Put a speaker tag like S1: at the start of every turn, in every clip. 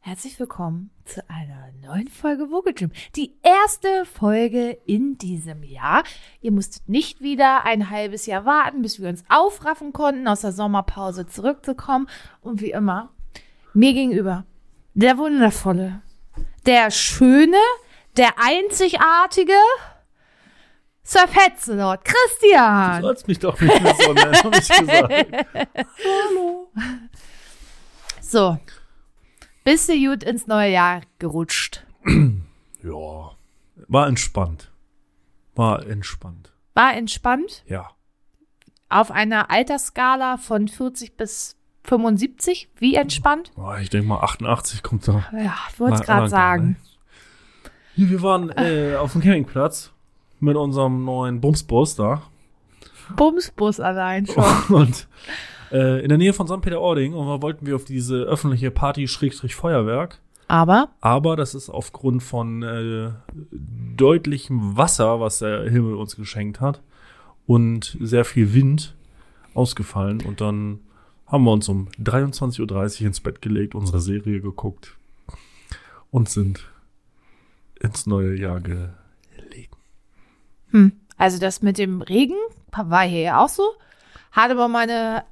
S1: Herzlich willkommen zu einer neuen Folge Vogue Gym. Die erste Folge in diesem Jahr. Ihr musstet nicht wieder ein halbes Jahr warten, bis wir uns aufraffen konnten, aus der Sommerpause zurückzukommen. Und wie immer, mir gegenüber, der wundervolle, der schöne, der einzigartige Sir Fetzelord,
S2: Du
S1: Christian.
S2: sollst mich doch nicht mehr so nennen, hab ich gesagt.
S1: So, bist du gut ins neue Jahr gerutscht?
S2: Ja, war entspannt. War entspannt.
S1: War entspannt?
S2: Ja.
S1: auf einer Altersskala von 40 bis 75, wie entspannt?
S2: Ah, Ich denke mal, 88 kommt da.
S1: Ja, ich wollte es
S2: Mal
S1: gerade
S2: anderen
S1: sagen. Ah.
S2: Hier, Wir waren äh, auf dem Campingplatz mit unserem neuen Bumsbus da.
S1: Bumsbus allein schon.
S2: Und äh, in der Nähe von St. Peter-Ording. Und da wollten wir auf diese öffentliche Party-Feuerwerk.
S1: Aber
S2: Aber das ist aufgrund von äh, deutlichem Wasser, was der Himmel uns geschenkt hat, und sehr viel Wind ausgefallen. Und dann haben wir uns um 23.30 Uhr ins Bett gelegt, unsere Serie geguckt und sind ins neue Jahr gelegt.
S1: hm, also das mit dem Regen war hier ja auch so. Hat aber meine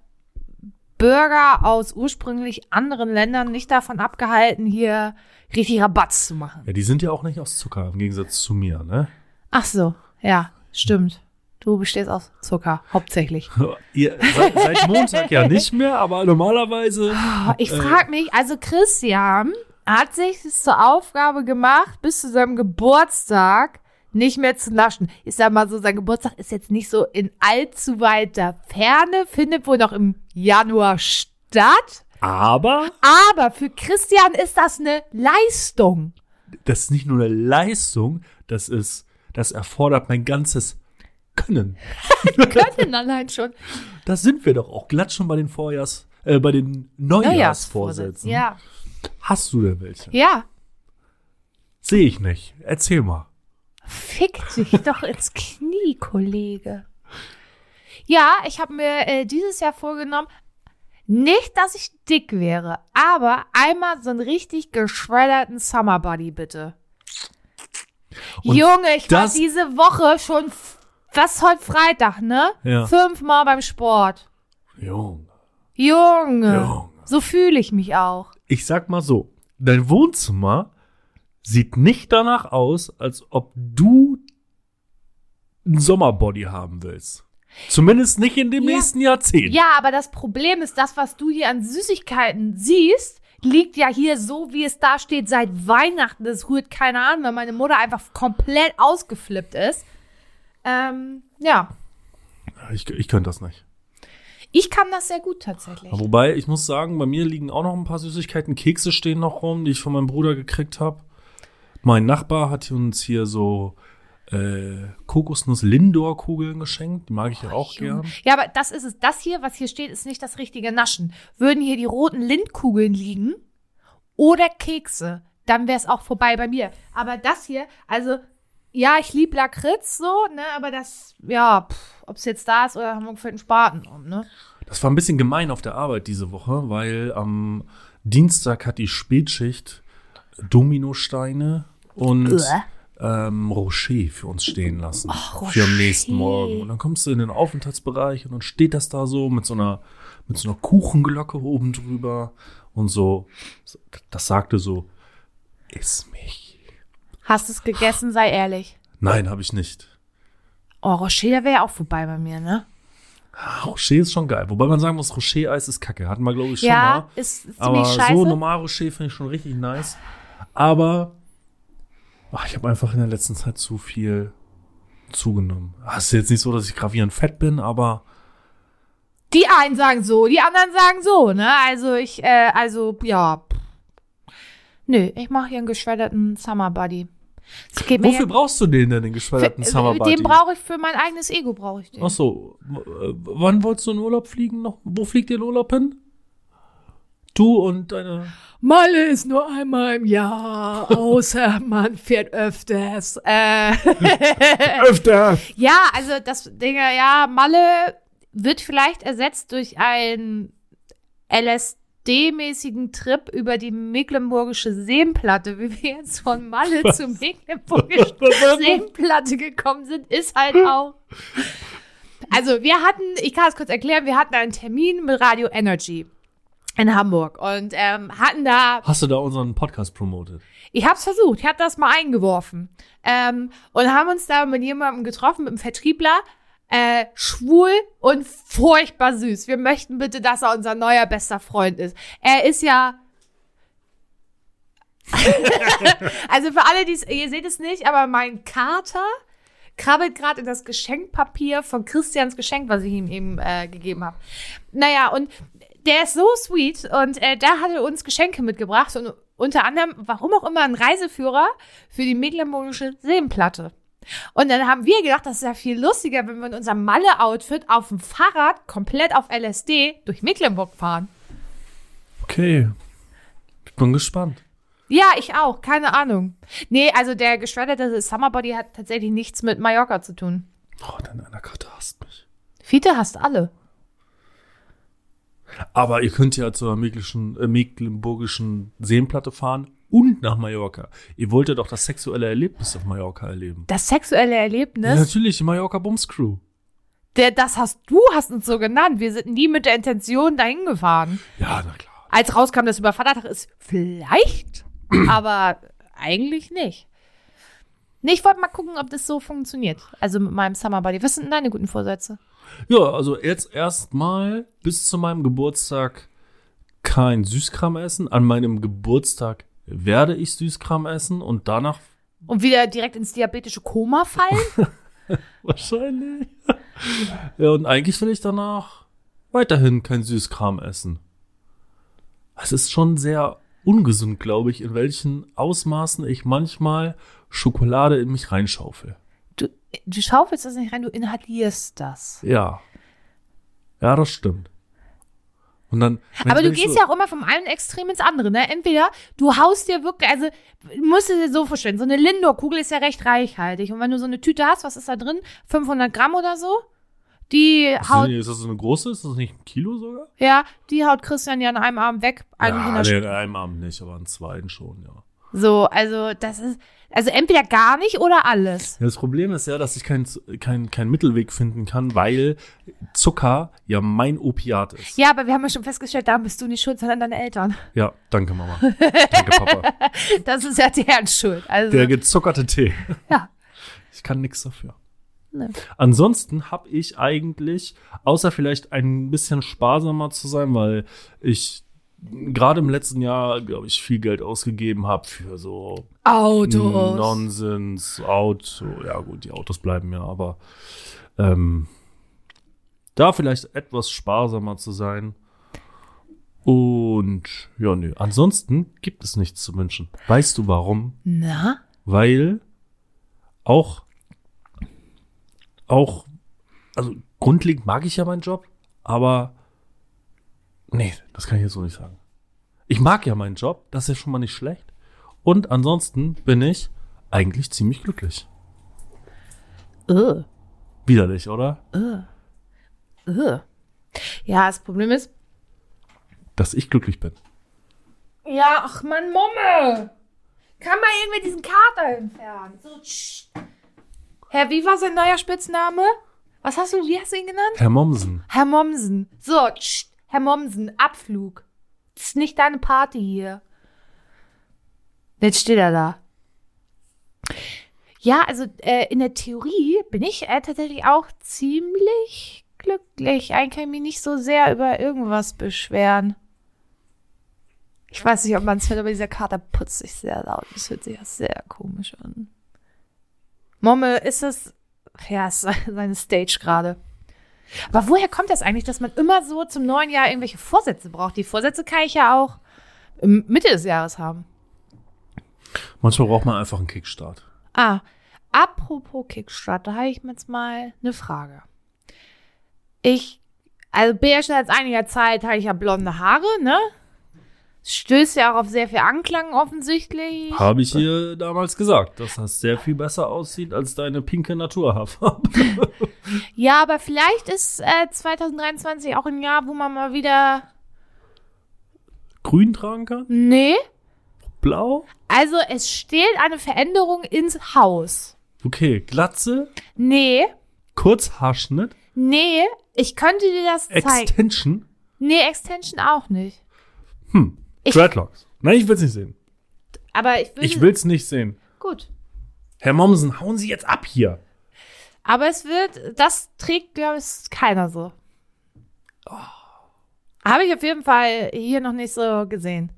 S1: Bürger aus ursprünglich anderen Ländern nicht davon abgehalten, hier richtig Rabatz zu machen.
S2: Ja, die sind ja auch nicht aus Zucker, im Gegensatz zu mir, ne?
S1: Ach so, ja, stimmt. Du bestehst aus Zucker, hauptsächlich.
S2: Ihr seid seit Montag ja nicht mehr, aber normalerweise.
S1: Oh, Ich frage mich, also Christian hat sich es zur Aufgabe gemacht, bis zu seinem Geburtstag nicht mehr zu naschen. Ich sag mal so, sein Geburtstag ist jetzt nicht so in allzu weiter Ferne, findet wohl noch im Januar statt.
S2: Aber
S1: Aber für Christian ist das eine Leistung.
S2: das ist nicht nur eine Leistung, das ist, das erfordert mein ganzes Können.
S1: Können allein halt schon.
S2: Das sind wir doch auch glatt schon bei den Vorjahrs, äh, bei den Neujahrsvorsätzen.
S1: Ja.
S2: Hast du denn welche?
S1: Ja.
S2: Sehe ich nicht. Erzähl mal.
S1: Fick dich doch ins Knie, Kollege. Ja, ich habe mir äh, dieses Jahr vorgenommen, nicht, dass ich dick wäre, aber einmal so einen richtig geschredderten Summer Buddy bitte.
S2: Und
S1: Junge, ich war
S2: das-
S1: diese Woche schon, f- was ist heute Freitag, ne?
S2: Ja.
S1: Fünfmal beim Sport.
S2: Junge.
S1: Junge,
S2: Junge.
S1: so fühle ich mich auch.
S2: Ich sag mal so, dein Wohnzimmer sieht nicht danach aus, als ob du einen Sommerbody haben willst. Zumindest nicht in dem
S1: Ja.
S2: nächsten Jahrzehnt.
S1: Ja, aber das Problem ist, das, was du hier an Süßigkeiten siehst, liegt ja hier so, wie es da steht, seit Weihnachten. Das rührt keiner an, weil meine Mutter einfach komplett ausgeflippt ist. Ähm, ja,
S2: Ich, ich könnte das nicht.
S1: ich kann das sehr gut tatsächlich.
S2: Wobei, ich muss sagen, bei mir liegen auch noch ein paar Süßigkeiten. Kekse stehen noch rum, die ich von meinem Bruder gekriegt habe. Mein Nachbar hat uns hier so äh, Kokosnuss-Lindor-Kugeln geschenkt. Die mag ich ja auch
S1: Junge.
S2: gern.
S1: Ja, aber das ist es. Das hier, was hier steht, ist nicht das richtige Naschen. Würden hier die roten Lindkugeln liegen oder Kekse, dann wäre es auch vorbei bei mir. Aber das hier, also, ja, ich liebe Lakritz so, ne, aber das, ja, ob es jetzt da ist oder haben wir für den Spaten um, ne?
S2: Das war ein bisschen gemein auf der Arbeit diese Woche, weil am Dienstag hat die Spätschicht Dominosteine und
S1: Uah.
S2: ähm, Rocher für uns stehen lassen.
S1: Ach,
S2: für am
S1: Rocher.
S2: nächsten Morgen. Und dann kommst du in den Aufenthaltsbereich und dann steht das da so mit so einer, mit so einer Kuchenglocke oben drüber und so. Das sagte so, iss mich.
S1: Hast es gegessen, sei ehrlich.
S2: Nein, habe ich nicht.
S1: Oh, Rocher, der wäre ja auch vorbei bei mir, ne?
S2: Ah, Rocher ist schon geil. Wobei man sagen muss, Rocher-Eis ist kacke. Hatten wir, glaube ich, schon mal.
S1: ja, ist, ist
S2: Aber
S1: ziemlich scheiße.
S2: so normal Rocher finde ich schon richtig nice. Aber ach, ich habe einfach in der letzten Zeit zu viel zugenommen. Ah, Es ist jetzt nicht so, dass ich gravierend fett bin, aber
S1: Die einen sagen so, die anderen sagen so, ne? Also ich, äh, also, ja. Nö, ich mache hier einen geschredderten Summer Buddy. Das geht mir
S2: wofür brauchst du den denn, den geschwellerten
S1: ja,
S2: Summer
S1: Den
S2: Buddy?
S1: brauche ich für mein eigenes Ego, brauche ich den.
S2: Ach so, w- äh, wann wolltest du in Urlaub fliegen noch? Wo fliegt ihr in Urlaub hin? Du und deine
S1: Malle ist nur einmal im Jahr, außer man fährt öfters. Äh,
S2: Öfter.
S1: ja, also das Ding, ja, Malle wird vielleicht ersetzt durch ein LSD. D-mäßigen Trip über die Mecklenburgische Seenplatte, wie wir jetzt von Malle zur Mecklenburgischen Seenplatte gekommen sind, ist halt auch. Also wir hatten, ich kann es kurz erklären, wir hatten einen Termin mit Radio Energy in Hamburg und ähm, hatten da
S2: Hast du da unseren Podcast promotet?
S1: ich habe es versucht, ich habe das mal eingeworfen. Ähm, und haben uns da mit jemandem getroffen, mit einem Vertriebler. Äh, schwul und furchtbar süß. Wir möchten bitte, dass er unser neuer bester Freund ist. Er ist ja. also für alle, die es, ihr seht es nicht, aber mein Kater krabbelt gerade in das Geschenkpapier von Christians Geschenk, was ich ihm eben äh, gegeben habe. Naja, und der ist so sweet und äh, da hat er uns Geschenke mitgebracht und unter anderem, warum auch immer, einen Reiseführer für die Mecklenburgische Seenplatte. Und dann haben wir gedacht, das ist ja viel lustiger, wenn wir in unserem Malle-Outfit auf dem Fahrrad komplett auf LSD durch Mecklenburg fahren.
S2: Okay. Ich bin gespannt.
S1: Ja, ich auch, keine Ahnung. Nee, also der geschredderte Summerbody hat tatsächlich nichts mit Mallorca zu tun.
S2: Oh, deine Anakarte hasst mich.
S1: Fiete hast alle.
S2: Aber ihr könnt ja zur Mecklenburgischen, äh, Mecklenburgischen Seenplatte fahren und nach Mallorca. Ihr wollt ja doch das sexuelle Erlebnis auf Mallorca erleben.
S1: Das sexuelle
S2: Ja,
S1: Erlebnis,
S2: natürlich, die Mallorca Bums Crew.
S1: der, das hast du, hast uns so genannt. Wir sind nie mit der Intention dahin gefahren.
S2: Ja, na klar.
S1: Als rauskam, dass über Vatertag ist, vielleicht, aber eigentlich nicht. Nee, ich wollte mal gucken, ob das so funktioniert. Also mit meinem Summer Buddy. Was sind denn deine guten Vorsätze?
S2: Ja, also jetzt erstmal bis zu meinem Geburtstag kein Süßkram essen. An meinem Geburtstag werde ich Süßkram essen und danach
S1: Und wieder direkt ins diabetische Koma fallen?
S2: wahrscheinlich. ja, und eigentlich will ich danach weiterhin kein Süßkram essen. Es ist schon sehr ungesund, glaube ich, in welchen Ausmaßen ich manchmal Schokolade in mich reinschaufel.
S1: Du, du schaufelst das nicht rein, du inhalierst das.
S2: Ja. Ja, das stimmt. Und dann.
S1: Aber du
S2: wenn ich
S1: gehst
S2: so,
S1: ja auch immer vom einen Extrem ins andere, ne? Entweder du haust dir wirklich, also du musst du dir so vorstellen, so eine Lindor-Kugel ist ja recht reichhaltig. Und wenn du so eine Tüte hast, was ist da drin? 500 Gramm oder so? Die
S2: Ist das,
S1: haut,
S2: nicht- ist das so eine große? Ist das nicht ein Kilo sogar?
S1: ja, die haut Christian ja an einem Abend weg. Eigentlich in
S2: ja,
S1: der
S2: nee, an einem Abend nicht, aber an zweiten schon, ja.
S1: So, also das ist, also entweder gar nicht oder alles.
S2: Das Problem ist ja, dass ich keinen kein, kein Mittelweg finden kann, weil Zucker ja mein Opiat ist.
S1: Ja, aber wir haben ja schon festgestellt, da bist du nicht schuld, sondern deine Eltern.
S2: Ja, danke Mama. danke Papa.
S1: Das ist ja deren Schuld. Also,
S2: Der gezuckerte Tee.
S1: Ja. Ne.
S2: Ich kann nichts dafür.
S1: Nee.
S2: Ansonsten habe ich eigentlich, außer vielleicht ein bisschen sparsamer zu sein, weil ich gerade im letzten Jahr, glaube ich, viel Geld ausgegeben habe für so
S1: Autos.
S2: Hm, Nonsens, Auto. Ja, gut, die Autos bleiben ja, aber ähm, da vielleicht etwas sparsamer zu sein. Und ja, nö. Ansonsten gibt es nichts zu wünschen. Weißt du warum?
S1: Na?
S2: Weil auch, auch, also grundlegend mag ich ja meinen Job, aber nee, das kann ich jetzt so nicht sagen. Ich mag ja meinen Job, das ist ja schon mal nicht schlecht. Und ansonsten bin ich eigentlich ziemlich glücklich.
S1: Ugh.
S2: Widerlich, oder?
S1: Ugh. äh. Ja, das Problem ist.
S2: Dass ich glücklich bin.
S1: Ja, ach man, Mumme! Kann man irgendwie diesen Kater entfernen? So, tsch. Herr, wie war sein neuer Spitzname? Was hast du, wie hast du ihn genannt?
S2: Herr Mommsen.
S1: Herr Mommsen. So, tsch. Herr Mommsen, Abflug. Das ist nicht deine Party hier. Jetzt steht er da. Ja, also äh, in der Theorie bin ich äh, tatsächlich auch ziemlich glücklich. Eigentlich kann ich mich nicht so sehr über irgendwas beschweren. Ich weiß nicht, ob man es hört, aber dieser Kater putzt sich sehr laut. Das hört sich ja sehr komisch an. Momme, ist das. Ja, ist seine Stage gerade. Aber woher kommt das eigentlich, dass man immer so zum neuen Jahr irgendwelche Vorsätze braucht? Die Vorsätze kann ich ja auch ähm, Mitte des Jahres haben.
S2: Manchmal braucht man einfach einen Kickstart.
S1: Ah, apropos Kickstart, da habe ich jetzt mal eine Frage. Ich, also bin ja schon seit einiger Zeit, habe ich ja blonde Haare, ne? Stößt ja auch auf sehr viel Anklang offensichtlich.
S2: Habe ich dir damals gesagt, dass das sehr viel besser aussieht als deine pinke Naturhaarfarbe.
S1: Ja, aber vielleicht ist äh, 2023 auch ein Jahr, wo man mal wieder
S2: grün tragen kann?
S1: Nee.
S2: Blau?
S1: Also es steht eine Veränderung ins Haus.
S2: Okay, Glatze,
S1: Nee.
S2: Kurzhaarschnitt,
S1: Nee. Ich könnte dir das zeigen.
S2: Extension,
S1: Nee, Extension auch nicht.
S2: hm,
S1: Ich-
S2: Dreadlocks. Nein, ich will's nicht sehen.
S1: Aber ich würde.
S2: Ich will's nicht sehen.
S1: Gut.
S2: Herr Mommsen, hauen Sie jetzt ab hier.
S1: Aber es wird, das trägt, glaube ich, keiner so. Oh. Habe ich auf jeden Fall hier noch nicht so gesehen.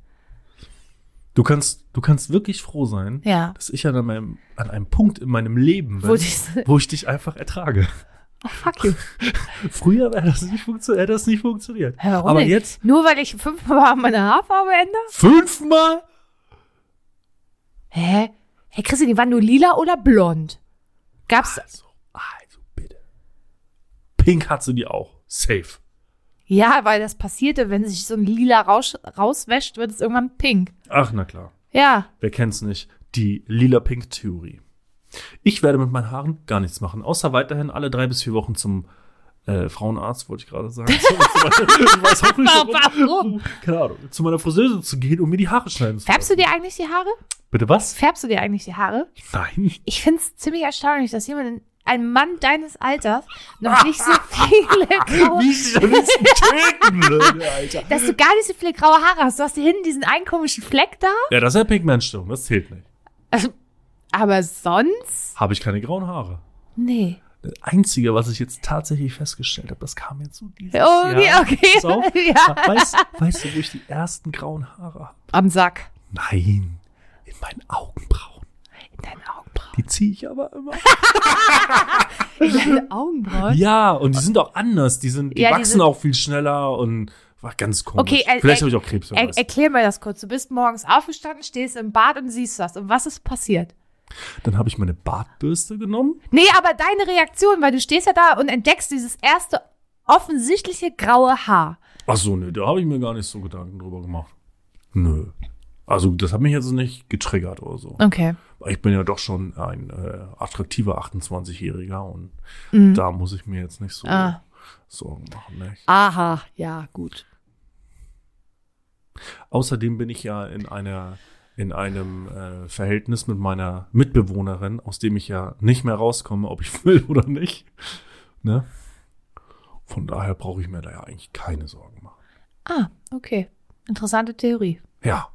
S2: Du kannst, du kannst wirklich froh sein,
S1: Ja.
S2: dass ich an einem, an einem Punkt in meinem Leben bin,
S1: Wo
S2: wo,
S1: die-
S2: ich dich einfach ertrage.
S1: Oh, fuck you.
S2: Früher wäre das nicht funktioniert, hätte das nicht funktioniert.
S1: Hä, warum
S2: Aber
S1: nicht?
S2: jetzt
S1: Nur weil ich fünfmal meine Haarfarbe ändere?
S2: fünfmal?
S1: Hä? Hey, Christian, die waren nur lila oder blond? Gab's.
S2: Also, also bitte. Pink hat sie die auch. Safe.
S1: Ja, weil das passierte, wenn sich so ein lila raus, rauswäscht, wird es irgendwann pink.
S2: Ach, na klar.
S1: Ja.
S2: Wer kennt's nicht? Die Lila-Pink-Theorie. Ich werde mit meinen Haaren gar nichts machen, außer weiterhin alle drei bis vier Wochen zum äh, Frauenarzt, wollte ich gerade sagen. Sorry, zu meiner- ich weiß hoffentlich schon,
S1: Warum?
S2: keine Ahnung, zu meiner Friseuse zu gehen, um mir die Haare schneiden zu
S1: Färbst du dir eigentlich die Haare?
S2: Bitte was?
S1: Färbst du dir eigentlich die Haare?
S2: Nein.
S1: Ich finde es ziemlich erstaunlich, dass jemand, ein Mann deines Alters, noch nicht so viele graue,
S2: Wie ich dich am liebsten töten würde, Alter.
S1: dass du gar nicht so viele graue Haare hast. Du hast hier hinten diesen einen komischen Fleck da.
S2: Ja, das ist ja Pigmentstörung, das zählt nicht.
S1: Also, aber sonst?
S2: Habe ich keine grauen Haare.
S1: Nee.
S2: Das Einzige, was ich jetzt tatsächlich festgestellt habe, das kam jetzt so dieses
S1: Oh,
S2: Jahr.
S1: nee, okay.
S2: Pass auf.
S1: Ja.
S2: Weißt, weißt du, wo ich die ersten grauen Haare habe?
S1: Am Sack.
S2: Nein, in meinen Augenbrauen.
S1: In deinen Augenbrauen.
S2: Die ziehe ich aber immer.
S1: In deinen Augenbrauen?
S2: Ja, und die sind auch anders. Die, sind, die
S1: Ja, die
S2: wachsen
S1: sind-
S2: auch viel schneller und war ganz komisch.
S1: Okay, äh, äh,
S2: Vielleicht habe ich auch Krebs. wer
S1: Er,
S2: weiß.
S1: erklär mir das kurz. Du bist morgens aufgestanden, stehst im Bad und siehst das. Und was ist passiert?
S2: Dann habe ich meine Bartbürste genommen.
S1: Nee, aber deine Reaktion, weil du stehst ja da und entdeckst dieses erste offensichtliche graue Haar.
S2: Ach so, ne, da habe ich mir gar nicht so Gedanken drüber gemacht. Nö. Also, das hat mich jetzt nicht getriggert oder so.
S1: Okay.
S2: Ich bin ja doch schon ein äh, attraktiver 28-Jähriger und da muss ich mir jetzt nicht so
S1: Mhm. Ah.
S2: Sorgen machen. Ne?
S1: Aha, ja, gut.
S2: Außerdem bin ich ja in einer in einem äh, Verhältnis mit meiner Mitbewohnerin, aus dem ich ja nicht mehr rauskomme, ob ich will oder nicht. Ne? Von daher brauche ich mir da ja eigentlich keine Sorgen machen.
S1: Ah, okay. Interessante Theorie.
S2: Ja.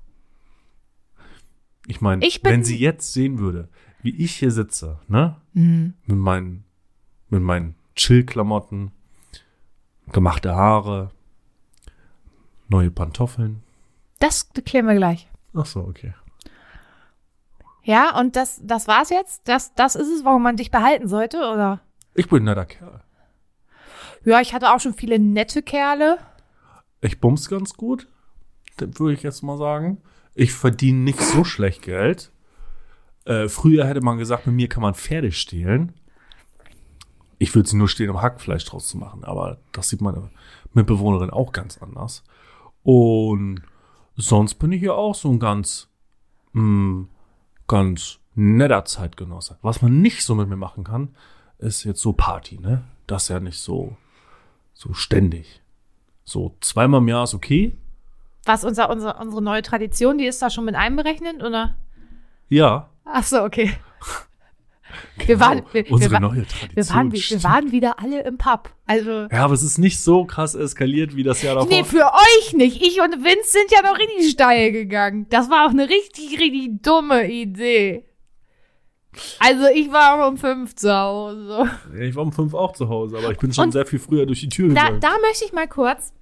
S2: Ich meine,
S1: Ich bin-
S2: wenn sie jetzt sehen würde, wie ich hier sitze, ne? Mit meinen, mit meinen Chill-Klamotten, gemachte Haare, neue Pantoffeln.
S1: Das klären wir gleich.
S2: Ach so, okay.
S1: Ja, und das, das war's jetzt? Das, das ist es, warum man dich behalten sollte, oder?
S2: Ich bin ein netter Kerl.
S1: Ja, ich hatte auch schon viele nette Kerle.
S2: Ich bumms ganz gut, das würde ich jetzt mal sagen. Ich verdiene nicht so schlecht Geld. Äh, früher hätte man gesagt, mit mir kann man Pferde stehlen. Ich würde sie nur stehlen, um Hackfleisch draus zu machen, aber das sieht meine Mitbewohnerin auch ganz anders. Und sonst bin ich ja auch so ein ganz, mh, ganz netter Zeitgenosse. Was man nicht so mit mir machen kann, ist jetzt so Party, ne? Das ist ja nicht so, so ständig. So zweimal im Jahr ist okay.
S1: Was unser, unser, unsere neue Tradition, die ist da schon mit einberechnet, oder?
S2: Ja.
S1: Ach so, okay. Wir waren, wir, wir,
S2: Also, unsere
S1: wa-
S2: neue Tradition.
S1: wir, waren, wir, wir
S2: stimmt.
S1: waren wieder alle im Pub. Also.
S2: ja, aber es ist nicht so krass eskaliert wie das Jahr davor.
S1: Nee, für euch nicht. Ich und Vince sind ja noch richtig steil gegangen. Das war auch eine richtig, richtig dumme Idee. Also ich war um fünf zu Hause.
S2: ich war um fünf auch zu Hause, aber ich bin schon
S1: Und-
S2: sehr viel früher durch die Tür
S1: Da,
S2: gegangen.
S1: da möchte ich mal kurz.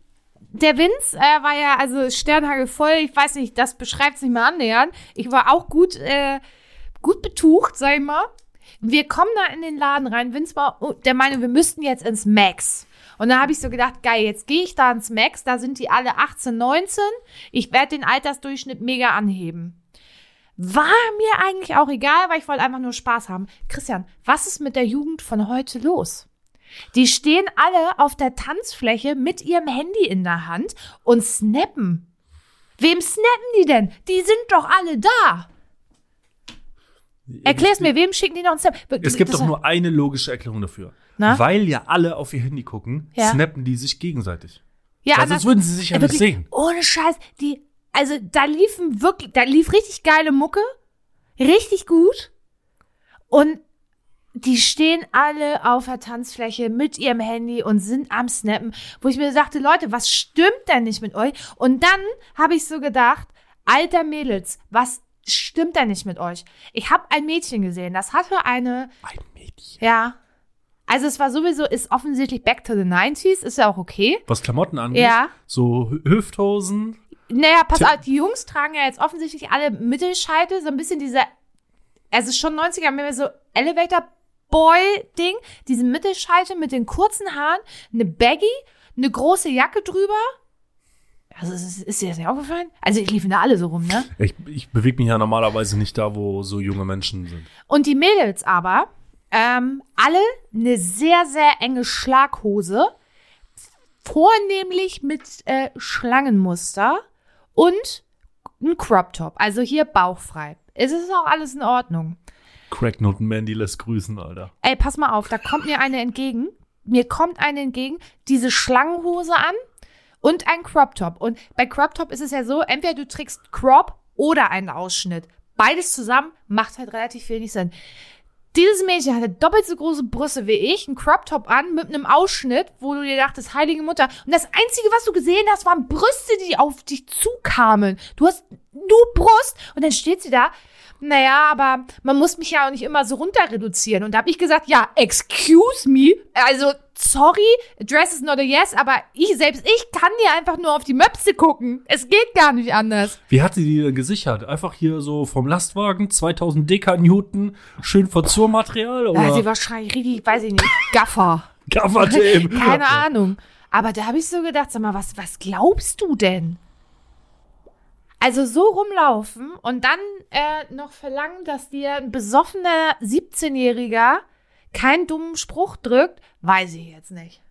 S1: Der Vince äh, war ja also Sternhagel voll. Ich weiß nicht, das beschreibt es nicht mal annähernd. Ich war auch gut, äh, gut betucht, sag ich mal. Wir kommen da in den Laden rein. Vince war oh, der Meinung, wir müssten jetzt ins Max. Und da habe ich so gedacht, geil, jetzt gehe ich da ins Max. Da sind die alle 18, 19. Ich werde den Altersdurchschnitt mega anheben. War mir eigentlich auch egal, weil ich wollte einfach nur Spaß haben. Christian, was ist mit der Jugend von heute los? Die stehen alle auf der Tanzfläche mit ihrem Handy in der Hand und snappen. Wem snappen die denn? Die sind doch alle da. Erklär's mir, wem schicken die noch einen Snap?
S2: es gibt
S1: Das-
S2: doch nur eine logische Erklärung dafür.
S1: Na?
S2: Weil ja alle auf ihr Handy gucken,
S1: Ja.
S2: snappen die sich gegenseitig.
S1: ja,
S2: Weil sonst
S1: anders-
S2: würden sie sich ja nicht
S1: Äh, wirklich,
S2: sehen.
S1: Ohne Scheiß, die also da liefen wirklich, da lief richtig geile Mucke, richtig gut. Und die stehen alle auf der Tanzfläche mit ihrem Handy und sind am Snappen, wo ich mir sagte, Leute, was stimmt denn nicht mit euch? Und dann habe ich so gedacht, alter Mädels, was stimmt denn nicht mit euch? Ich habe ein Mädchen gesehen, das hatte eine,
S2: Ein Mädchen.
S1: ja, also es war sowieso, ist offensichtlich Back to the 90s, ist ja auch okay.
S2: Was Klamotten angeht,
S1: Ja.
S2: so Hü- Hüfthosen,
S1: Naja, pass auf, die Jungs tragen ja jetzt offensichtlich alle Mittelscheitel, so ein bisschen dieser, also schon 90er, mehr so Elevator Boy-Ding, diesen Mittelscheitel mit den kurzen Haaren, eine Baggy, eine große Jacke drüber. Also es ist, ist dir das nicht aufgefallen? Also ich liefen da alle so rum, ne?
S2: Ich, ich bewege mich ja normalerweise nicht da, wo so junge Menschen sind.
S1: Und die Mädels aber, ähm, alle eine sehr, sehr enge Schlaghose, vornehmlich mit äh, Schlangenmuster und ein Crop Top, also hier bauchfrei. Es ist auch alles in Ordnung.
S2: Cracknoten Mandy lässt grüßen, Alter.
S1: Ey, pass mal auf, da kommt mir eine entgegen. Mir kommt eine entgegen, diese Schlangenhose an und ein Crop Top. Und bei Crop Top ist es ja so, entweder du trägst Crop oder einen Ausschnitt. Beides zusammen macht halt relativ wenig Sinn. Dieses Mädchen hatte doppelt so große Brüste wie ich, einen Crop Top an mit einem Ausschnitt, wo du dir dachtest, heilige Mutter. Und das einzige, was du gesehen hast, waren Brüste, die auf dich zukamen. Du hast nur Brust und dann steht sie da. Naja, aber man muss mich ja auch nicht immer so runter reduzieren. Und da habe ich gesagt, ja, excuse me, also sorry, dress is not a yes, aber ich selbst, ich kann dir einfach nur auf die Möpse gucken. Es geht gar nicht anders.
S2: Wie hat sie die denn gesichert? Einfach hier so vom Lastwagen, 2000 Dekanewton, schön Verzurmaterial
S1: Da hat sie
S2: oder
S1: wahrscheinlich richtig, weiß ich nicht, Gaffer.
S2: Gaffertape?
S1: Keine Ahnung. Aber da habe ich so gedacht, sag mal, was, was glaubst du denn? Also so rumlaufen und dann äh, noch verlangen, dass dir ein besoffener 17-Jähriger keinen dummen Spruch drückt, weiß ich jetzt nicht.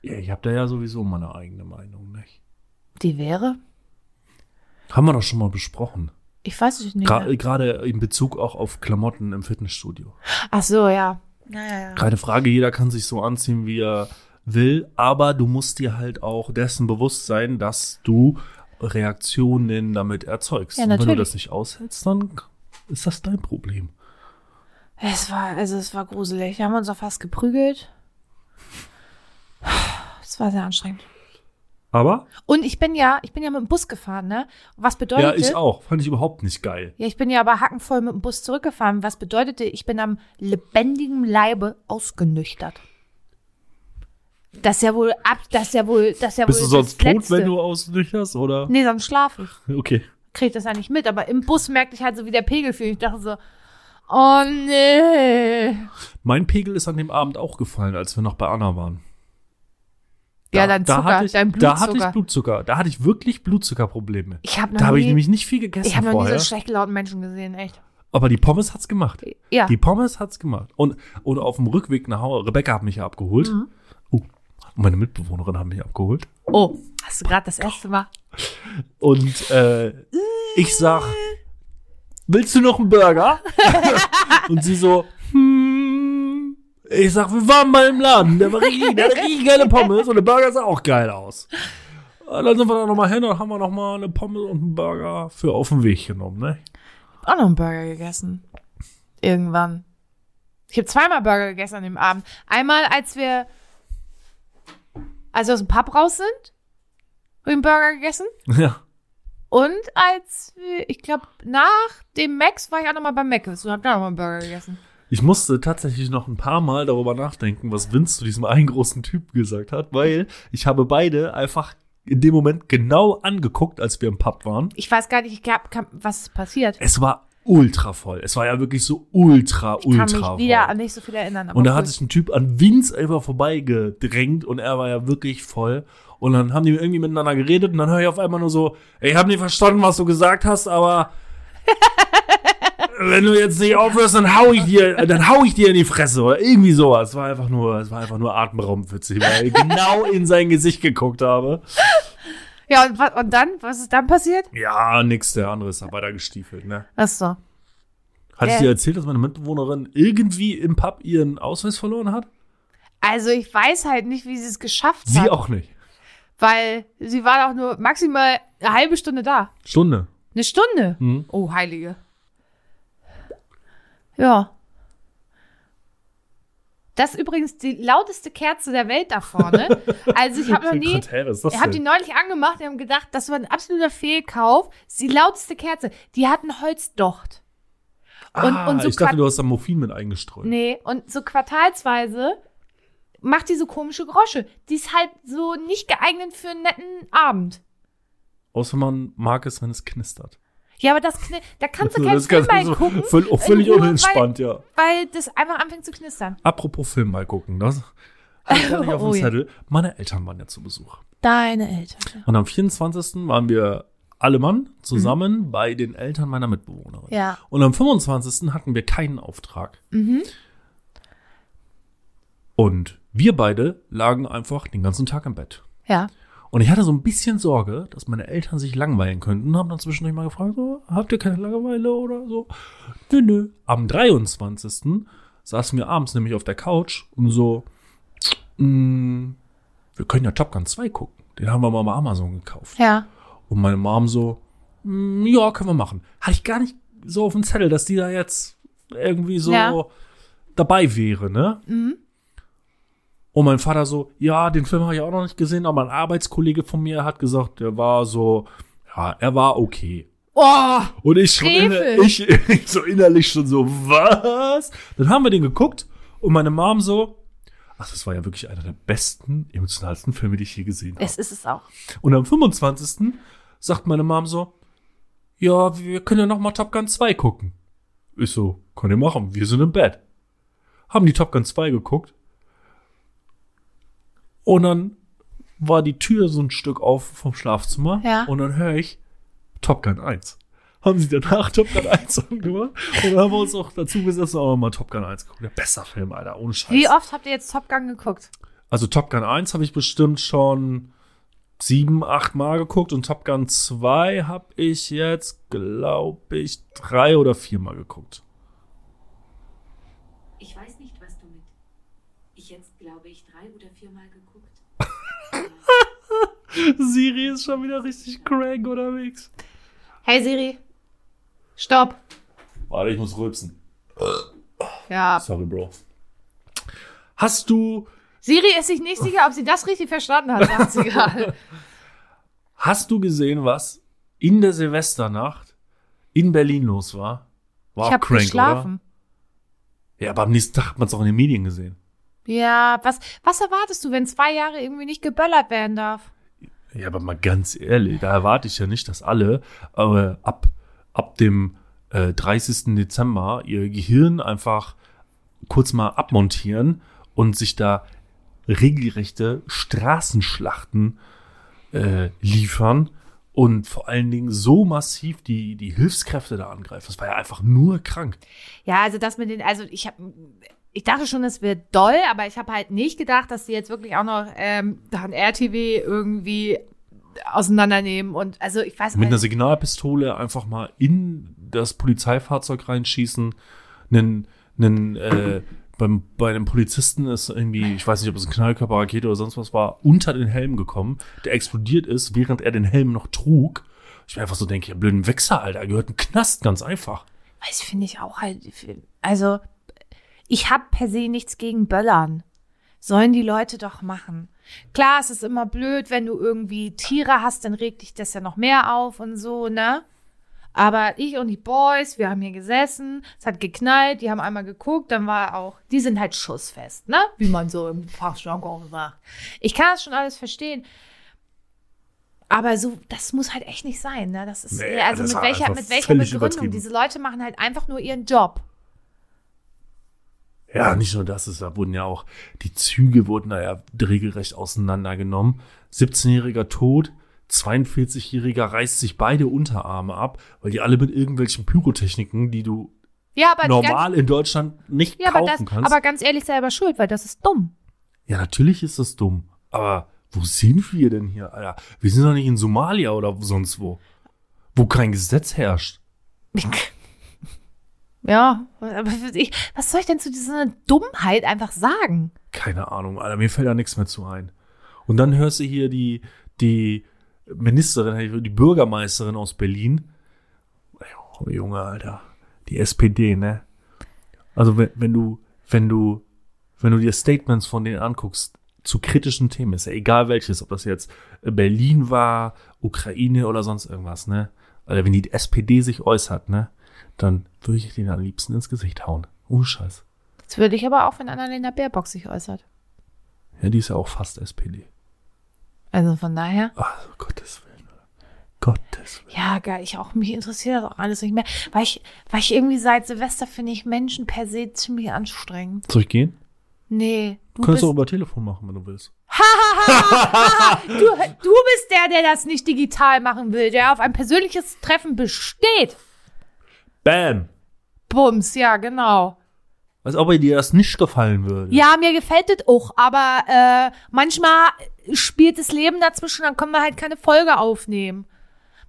S2: Ja, ich habe da ja sowieso meine eigene Meinung, nicht?
S1: Die wäre?
S2: Haben wir doch schon mal besprochen.
S1: Ich weiß es nicht.
S2: Gra-
S1: mehr.
S2: Gerade in Bezug auch auf Klamotten im Fitnessstudio.
S1: Ach so, ja. Naja.
S2: Keine Frage, jeder kann sich so anziehen, wie er will, aber du musst dir halt auch dessen bewusst sein, dass du Reaktionen damit erzeugst.
S1: Ja,
S2: Und wenn du
S1: natürlich.
S2: das nicht aushältst, dann ist das dein Problem.
S1: Es war, also es war gruselig. Wir haben uns auch fast geprügelt. Es war sehr anstrengend.
S2: Aber
S1: Und ich bin ja, ich bin ja mit dem Bus gefahren, ne? Was
S2: ja,
S1: bedeutet?
S2: ich auch. Fand ich überhaupt nicht geil.
S1: Ja, ich bin ja aber hackenvoll mit dem Bus zurückgefahren, was bedeutete, ich bin am lebendigen Leibe ausgenüchtert. Das ist ja wohl ab, das ist ja wohl, das ist ja
S2: Bist
S1: wohl
S2: du
S1: das
S2: sonst tot,
S1: Letzte. Hm.
S2: wenn du ausnüchterst, oder?
S1: Nee, sonst schlafe ich.
S2: Okay.
S1: Krieg ich das ja nicht mit, aber im Bus merkte ich halt so, wie der Pegel fiel. Ich dachte so, oh nee.
S2: Mein Pegel ist an dem Abend auch gefallen, als wir noch bei Anna waren.
S1: ja, dein Zucker,
S2: hatte ich,
S1: dein
S2: Da hatte ich
S1: Blutzucker.
S2: Blutzucker. Da hatte ich wirklich Blutzuckerprobleme.
S1: Ich habe noch
S2: Da habe ich
S1: nie,
S2: nämlich nicht viel gegessen
S1: ich hab noch nie
S2: vorher.
S1: so schlecht gelaunten Menschen gesehen, echt.
S2: aber die Pommes hat's gemacht.
S1: Ja.
S2: Die Pommes hat's gemacht. Und, und auf dem Rückweg nach Hause, Rebecca hat mich ja abgeholt.
S1: Mhm.
S2: Oh, meine Mitbewohnerin hat mich abgeholt.
S1: Oh, hast du gerade das erste Mal?
S2: Und äh, ich sag, willst du noch einen Burger? und sie so, hm. Ich sag, wir waren mal im Laden. Der, war richtig, der hatte richtig geile Pommes und der Burger sah auch geil aus. Und dann sind wir da nochmal hin und haben wir nochmal eine Pommes und einen Burger für auf den Weg genommen, ne?
S1: auch noch einen Burger gegessen. Irgendwann. Ich habe zweimal Burger gegessen an dem Abend. Einmal, als wir, als wir aus dem Pub raus sind, habe ich einen Burger gegessen.
S2: Ja.
S1: Und als wir, ich glaube, nach dem Max war ich auch nochmal bei Mc's und habe da nochmal einen Burger gegessen.
S2: Ich musste tatsächlich noch ein paar Mal darüber nachdenken, was Vince zu diesem einen großen Typ gesagt hat, weil ich habe beide einfach in dem Moment genau angeguckt, als wir im Pub waren.
S1: Ich weiß gar nicht, ich glaub, kam, was ist passiert.
S2: Es war ultra voll. Es war ja wirklich so ultra,
S1: Ich kann
S2: ultra
S1: mich
S2: voll.
S1: wieder an nicht so viel erinnern. aber
S2: und da
S1: cool.
S2: hat sich ein Typ an Vince einfach vorbeigedrängt und er war ja wirklich voll. Und dann haben die irgendwie miteinander geredet und dann höre ich auf einmal nur so, ey, ich habe nicht verstanden, was du gesagt hast, aber wenn du jetzt nicht aufhörst, dann hau ich dir, dann hau ich dir in die Fresse oder irgendwie sowas. Es war einfach nur, es war einfach nur atemberaubend witzig, weil ich genau in sein Gesicht geguckt habe.
S1: ja, und, wa- und dann, was ist dann passiert?
S2: Ja, nix, der andere ist da weiter gestiefelt, ne?
S1: Ach so.
S2: Hat ich
S1: Äh.
S2: dir erzählt, dass meine Mitbewohnerin irgendwie im Pub ihren Ausweis verloren hat?
S1: Also ich weiß halt nicht, wie sie es geschafft
S2: Sie
S1: hat.
S2: auch nicht.
S1: weil sie war doch nur maximal Eine halbe Stunde da.
S2: Stunde.
S1: Eine Stunde?
S2: Mhm.
S1: Oh, Heilige. Ja. Das ist übrigens die lauteste Kerze der Welt da vorne. Also ich habe noch nie,
S2: Gott, hä, was ist das
S1: ich habe die
S2: denn?
S1: neulich angemacht und haben gedacht, das war ein absoluter Fehlkauf. Das ist die lauteste Kerze. Die hat einen Holzdocht. und-
S2: ah,
S1: und so
S2: ich dachte,
S1: Quat-
S2: du hast da Morphin mit eingestreut.
S1: Nee, und so quartalsweise macht die so komische Grosche. Die ist halt so nicht geeignet für einen netten Abend.
S2: Außer man mag es, wenn es knistert.
S1: Ja, aber das kni- da kannst du keinen
S2: Also, das
S1: Film
S2: kann-
S1: Äh,
S2: so
S1: reingucken,
S2: völl- auch
S1: in
S2: völlig
S1: Ruhe,
S2: unentspannt, ja.
S1: weil das einfach anfängt zu knistern.
S2: Apropos Film mal gucken, das hatte ich gar nicht auf dem
S1: Oh ja.
S2: Zettel. Meine Eltern waren ja zu Besuch.
S1: Deine Eltern.
S2: Und am 24. waren wir alle Mann zusammen bei den Eltern meiner Mitbewohnerin.
S1: Ja.
S2: Und am 25. hatten wir keinen Auftrag. Und wir beide lagen einfach den ganzen Tag im Bett.
S1: Ja.
S2: Und ich hatte so ein bisschen Sorge, dass meine Eltern sich langweilen könnten und haben dann zwischendurch mal gefragt, so, habt ihr keine Langeweile oder so? Nö, nö. Am 23. saßen wir abends nämlich auf der Couch und so, "Mm, wir können ja Top Gun 2 gucken. Den haben wir mal bei Amazon gekauft.
S1: Ja.
S2: Und meine Mom so, "Mm, ja, können wir machen. Hatte ich gar nicht so auf dem Zettel, dass die da jetzt irgendwie so
S1: Ja. Mhm.
S2: dabei wäre, ne? Und mein Vater so, ja, den Film habe ich auch noch nicht gesehen, aber ein Arbeitskollege von mir hat gesagt, der war so, ja, er war okay.
S1: Oh,
S2: Und ich schon inner,
S1: Frevel.
S2: ich, ich so innerlich schon so, was? Dann haben wir den geguckt und meine Mom so, ach, das war ja wirklich einer der besten, emotionalsten Filme, die ich je gesehen habe.
S1: es ist es auch.
S2: Und am 25. sagt meine Mom so, ja, wir können ja noch mal Top Gun 2 gucken. Ich so, kann ihr machen, wir sind im Bett. Haben die Top Gun 2 geguckt. Und dann war die Tür so ein Stück auf vom Schlafzimmer.
S1: Ja.
S2: Und dann höre ich Top Gun 1. Haben sie danach Top Gun 1 angemacht. Und dann haben wir uns auch dazu gesetzt und haben auch mal Top Gun 1 geguckt. Der bester Film, Alter, ohne Scheiß.
S1: Wie oft habt ihr jetzt Top Gun geguckt?
S2: Also Top Gun 1 habe ich bestimmt schon sieben, acht Mal geguckt und Top Gun 2 habe ich jetzt, glaube ich, drei oder vier Mal geguckt.
S3: Ich weiß nicht, was du mit. Ich jetzt glaube ich drei oder viermal geguckt. Aber
S2: Siri ist schon wieder richtig crank unterwegs.
S1: Hey Siri. Stopp.
S2: Warte, ich muss rülpsen.
S1: Ja.
S2: Sorry, Bro. Hast du,
S1: Siri ist sich nicht sicher, ob sie das richtig verstanden hat, sagt sie gerade.
S2: hast du gesehen, was in der Silvesternacht in Berlin los war? War
S1: ich
S2: auch
S1: habe
S2: crank,
S1: geschlafen.
S2: oder? Ja, aber am nächsten Tag hat man es auch in den Medien gesehen.
S1: Ja, was, was erwartest du, wenn zwei Jahre irgendwie nicht geböllert werden darf?
S2: Ja, aber mal ganz ehrlich, da erwarte ich ja nicht, dass alle äh, ab, ab dem äh, 30. Dezember ihr Gehirn einfach kurz mal abmontieren und sich da regelrechte Straßenschlachten äh, liefern und vor allen Dingen so massiv die, die Hilfskräfte da angreifen. Das war ja einfach nur krank.
S1: Ja, also das mit den, also ich habe, ich dachte schon, es wird doll, aber ich habe halt nicht gedacht, dass sie jetzt wirklich auch noch ähm, dann RTW irgendwie auseinandernehmen und also ich weiß
S2: Mit einer
S1: nicht.
S2: Signalpistole einfach mal in das Polizeifahrzeug reinschießen. Nen, nen, äh, beim, bei einem Polizisten ist irgendwie, ich weiß nicht, ob es ein Knallkörper, Rakete oder sonst was war, unter den Helm gekommen, der explodiert ist, während er den Helm noch trug. Ich mir einfach so denke, ihr blöden Wichser, Alter, ihr gehört ein Knast, ganz einfach.
S1: Das finde ich auch halt, also ich habe per se nichts gegen Böllern. Sollen die Leute doch machen. Klar, es ist immer blöd, wenn du irgendwie Tiere hast, dann regt dich das ja noch mehr auf und so, ne? Aber ich und die Boys, wir haben hier gesessen, es hat geknallt, die haben einmal geguckt, dann war auch, die sind halt schussfest, ne? Wie man so im Fachjargon sagt. Ich kann das schon alles verstehen. Aber so, das muss halt echt nicht sein, ne? Das ist,
S2: Nee,
S1: also
S2: das
S1: mit
S2: war
S1: welcher,
S2: einfach
S1: mit welcher
S2: völlig
S1: Begründung?
S2: übertrieben.
S1: Diese Leute machen halt einfach nur ihren Job.
S2: Ja, nicht nur das, es wurden ja auch, die Züge wurden da ja regelrecht auseinandergenommen. 17-jähriger tot, 42-jähriger reißt sich beide Unterarme ab, weil die alle mit irgendwelchen Pyrotechniken, die du
S1: Ja, aber die
S2: normal in Deutschland nicht
S1: ganzen- ja, aber, das,
S2: kaufen kannst.
S1: aber ganz ehrlich selber schuld, weil das ist dumm.
S2: ja, natürlich ist das dumm. Aber wo sind wir denn hier, Alter? Wir sind doch nicht in Somalia oder sonst wo, wo kein Gesetz herrscht.
S1: Ja, aber ich, was soll ich denn zu dieser Dummheit einfach sagen?
S2: Keine Ahnung, Alter, mir fällt da nichts mehr zu ein. Und dann hörst du hier die, die Ministerin, hätte ich- die Bürgermeisterin aus Berlin. Oh, Junge, Alter. Die SPD, ne? Also wenn, wenn du, wenn du, wenn du dir Statements von denen anguckst, zu kritischen Themen, ist ja egal welches, ob das jetzt Berlin war, Ukraine oder sonst irgendwas, ne? Alter, wenn die SPD sich äußert, ne? Dann würde ich denen am liebsten ins Gesicht hauen. Ohne Scheiß.
S1: Das würde ich aber auch, wenn Annalena Baerbock sich äußert.
S2: Ja, die ist ja auch fast SPD.
S1: Also von daher.
S2: Also Gottes Willen. Gottes Willen.
S1: Ja, geil. Ich auch, mich interessiert das auch alles nicht mehr. Weil ich, weil ich irgendwie seit Silvester finde ich Menschen per se ziemlich anstrengend.
S2: Soll ich gehen?
S1: Nee, du
S2: Du kannst
S1: bist,
S2: du auch über Telefon machen, wenn du willst.
S1: du, du bist der, der das nicht digital machen will, der auf ein persönliches Treffen besteht.
S2: Bam!
S1: Bums, ja, genau.
S2: Als ob dir das nicht gefallen würde.
S1: Ja, mir gefällt das auch, aber äh, manchmal spielt das Leben dazwischen, dann können wir halt keine Folge aufnehmen.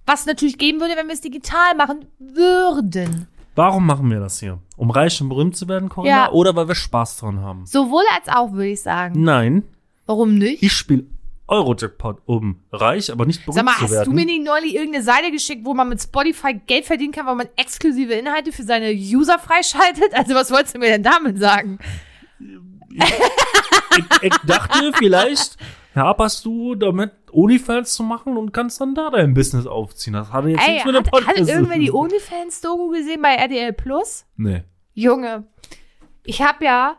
S1: Was natürlich geben würde, wenn wir es digital machen würden.
S2: Warum machen wir das hier? Um reich und berühmt zu werden, Corinna?
S1: Ja.
S2: Oder weil wir Spaß dran haben?
S1: Sowohl als auch, würde ich sagen.
S2: Nein,
S1: Warum nicht?
S2: ich spiele Eurojackpot, um reich, aber nicht berühmt
S1: Sag mal,
S2: zu
S1: hast
S2: werden.
S1: du mir nicht neulich irgendeine Seite geschickt, wo man mit Spotify Geld verdienen kann, weil man exklusive Inhalte für seine User freischaltet? Also was wolltest du mir denn damit sagen?
S2: ich, ich dachte, vielleicht haperst du damit, Onlyfans zu machen und kannst dann da dein Business aufziehen. Das hatte jetzt
S1: Ey,
S2: nichts mit dem
S1: hat,
S2: Podcast
S1: hat
S2: zu
S1: irgendwer die
S2: tun.
S1: OnlyFans-Doku gesehen bei RDL Plus?
S2: Nee.
S1: Junge, ich hab ja,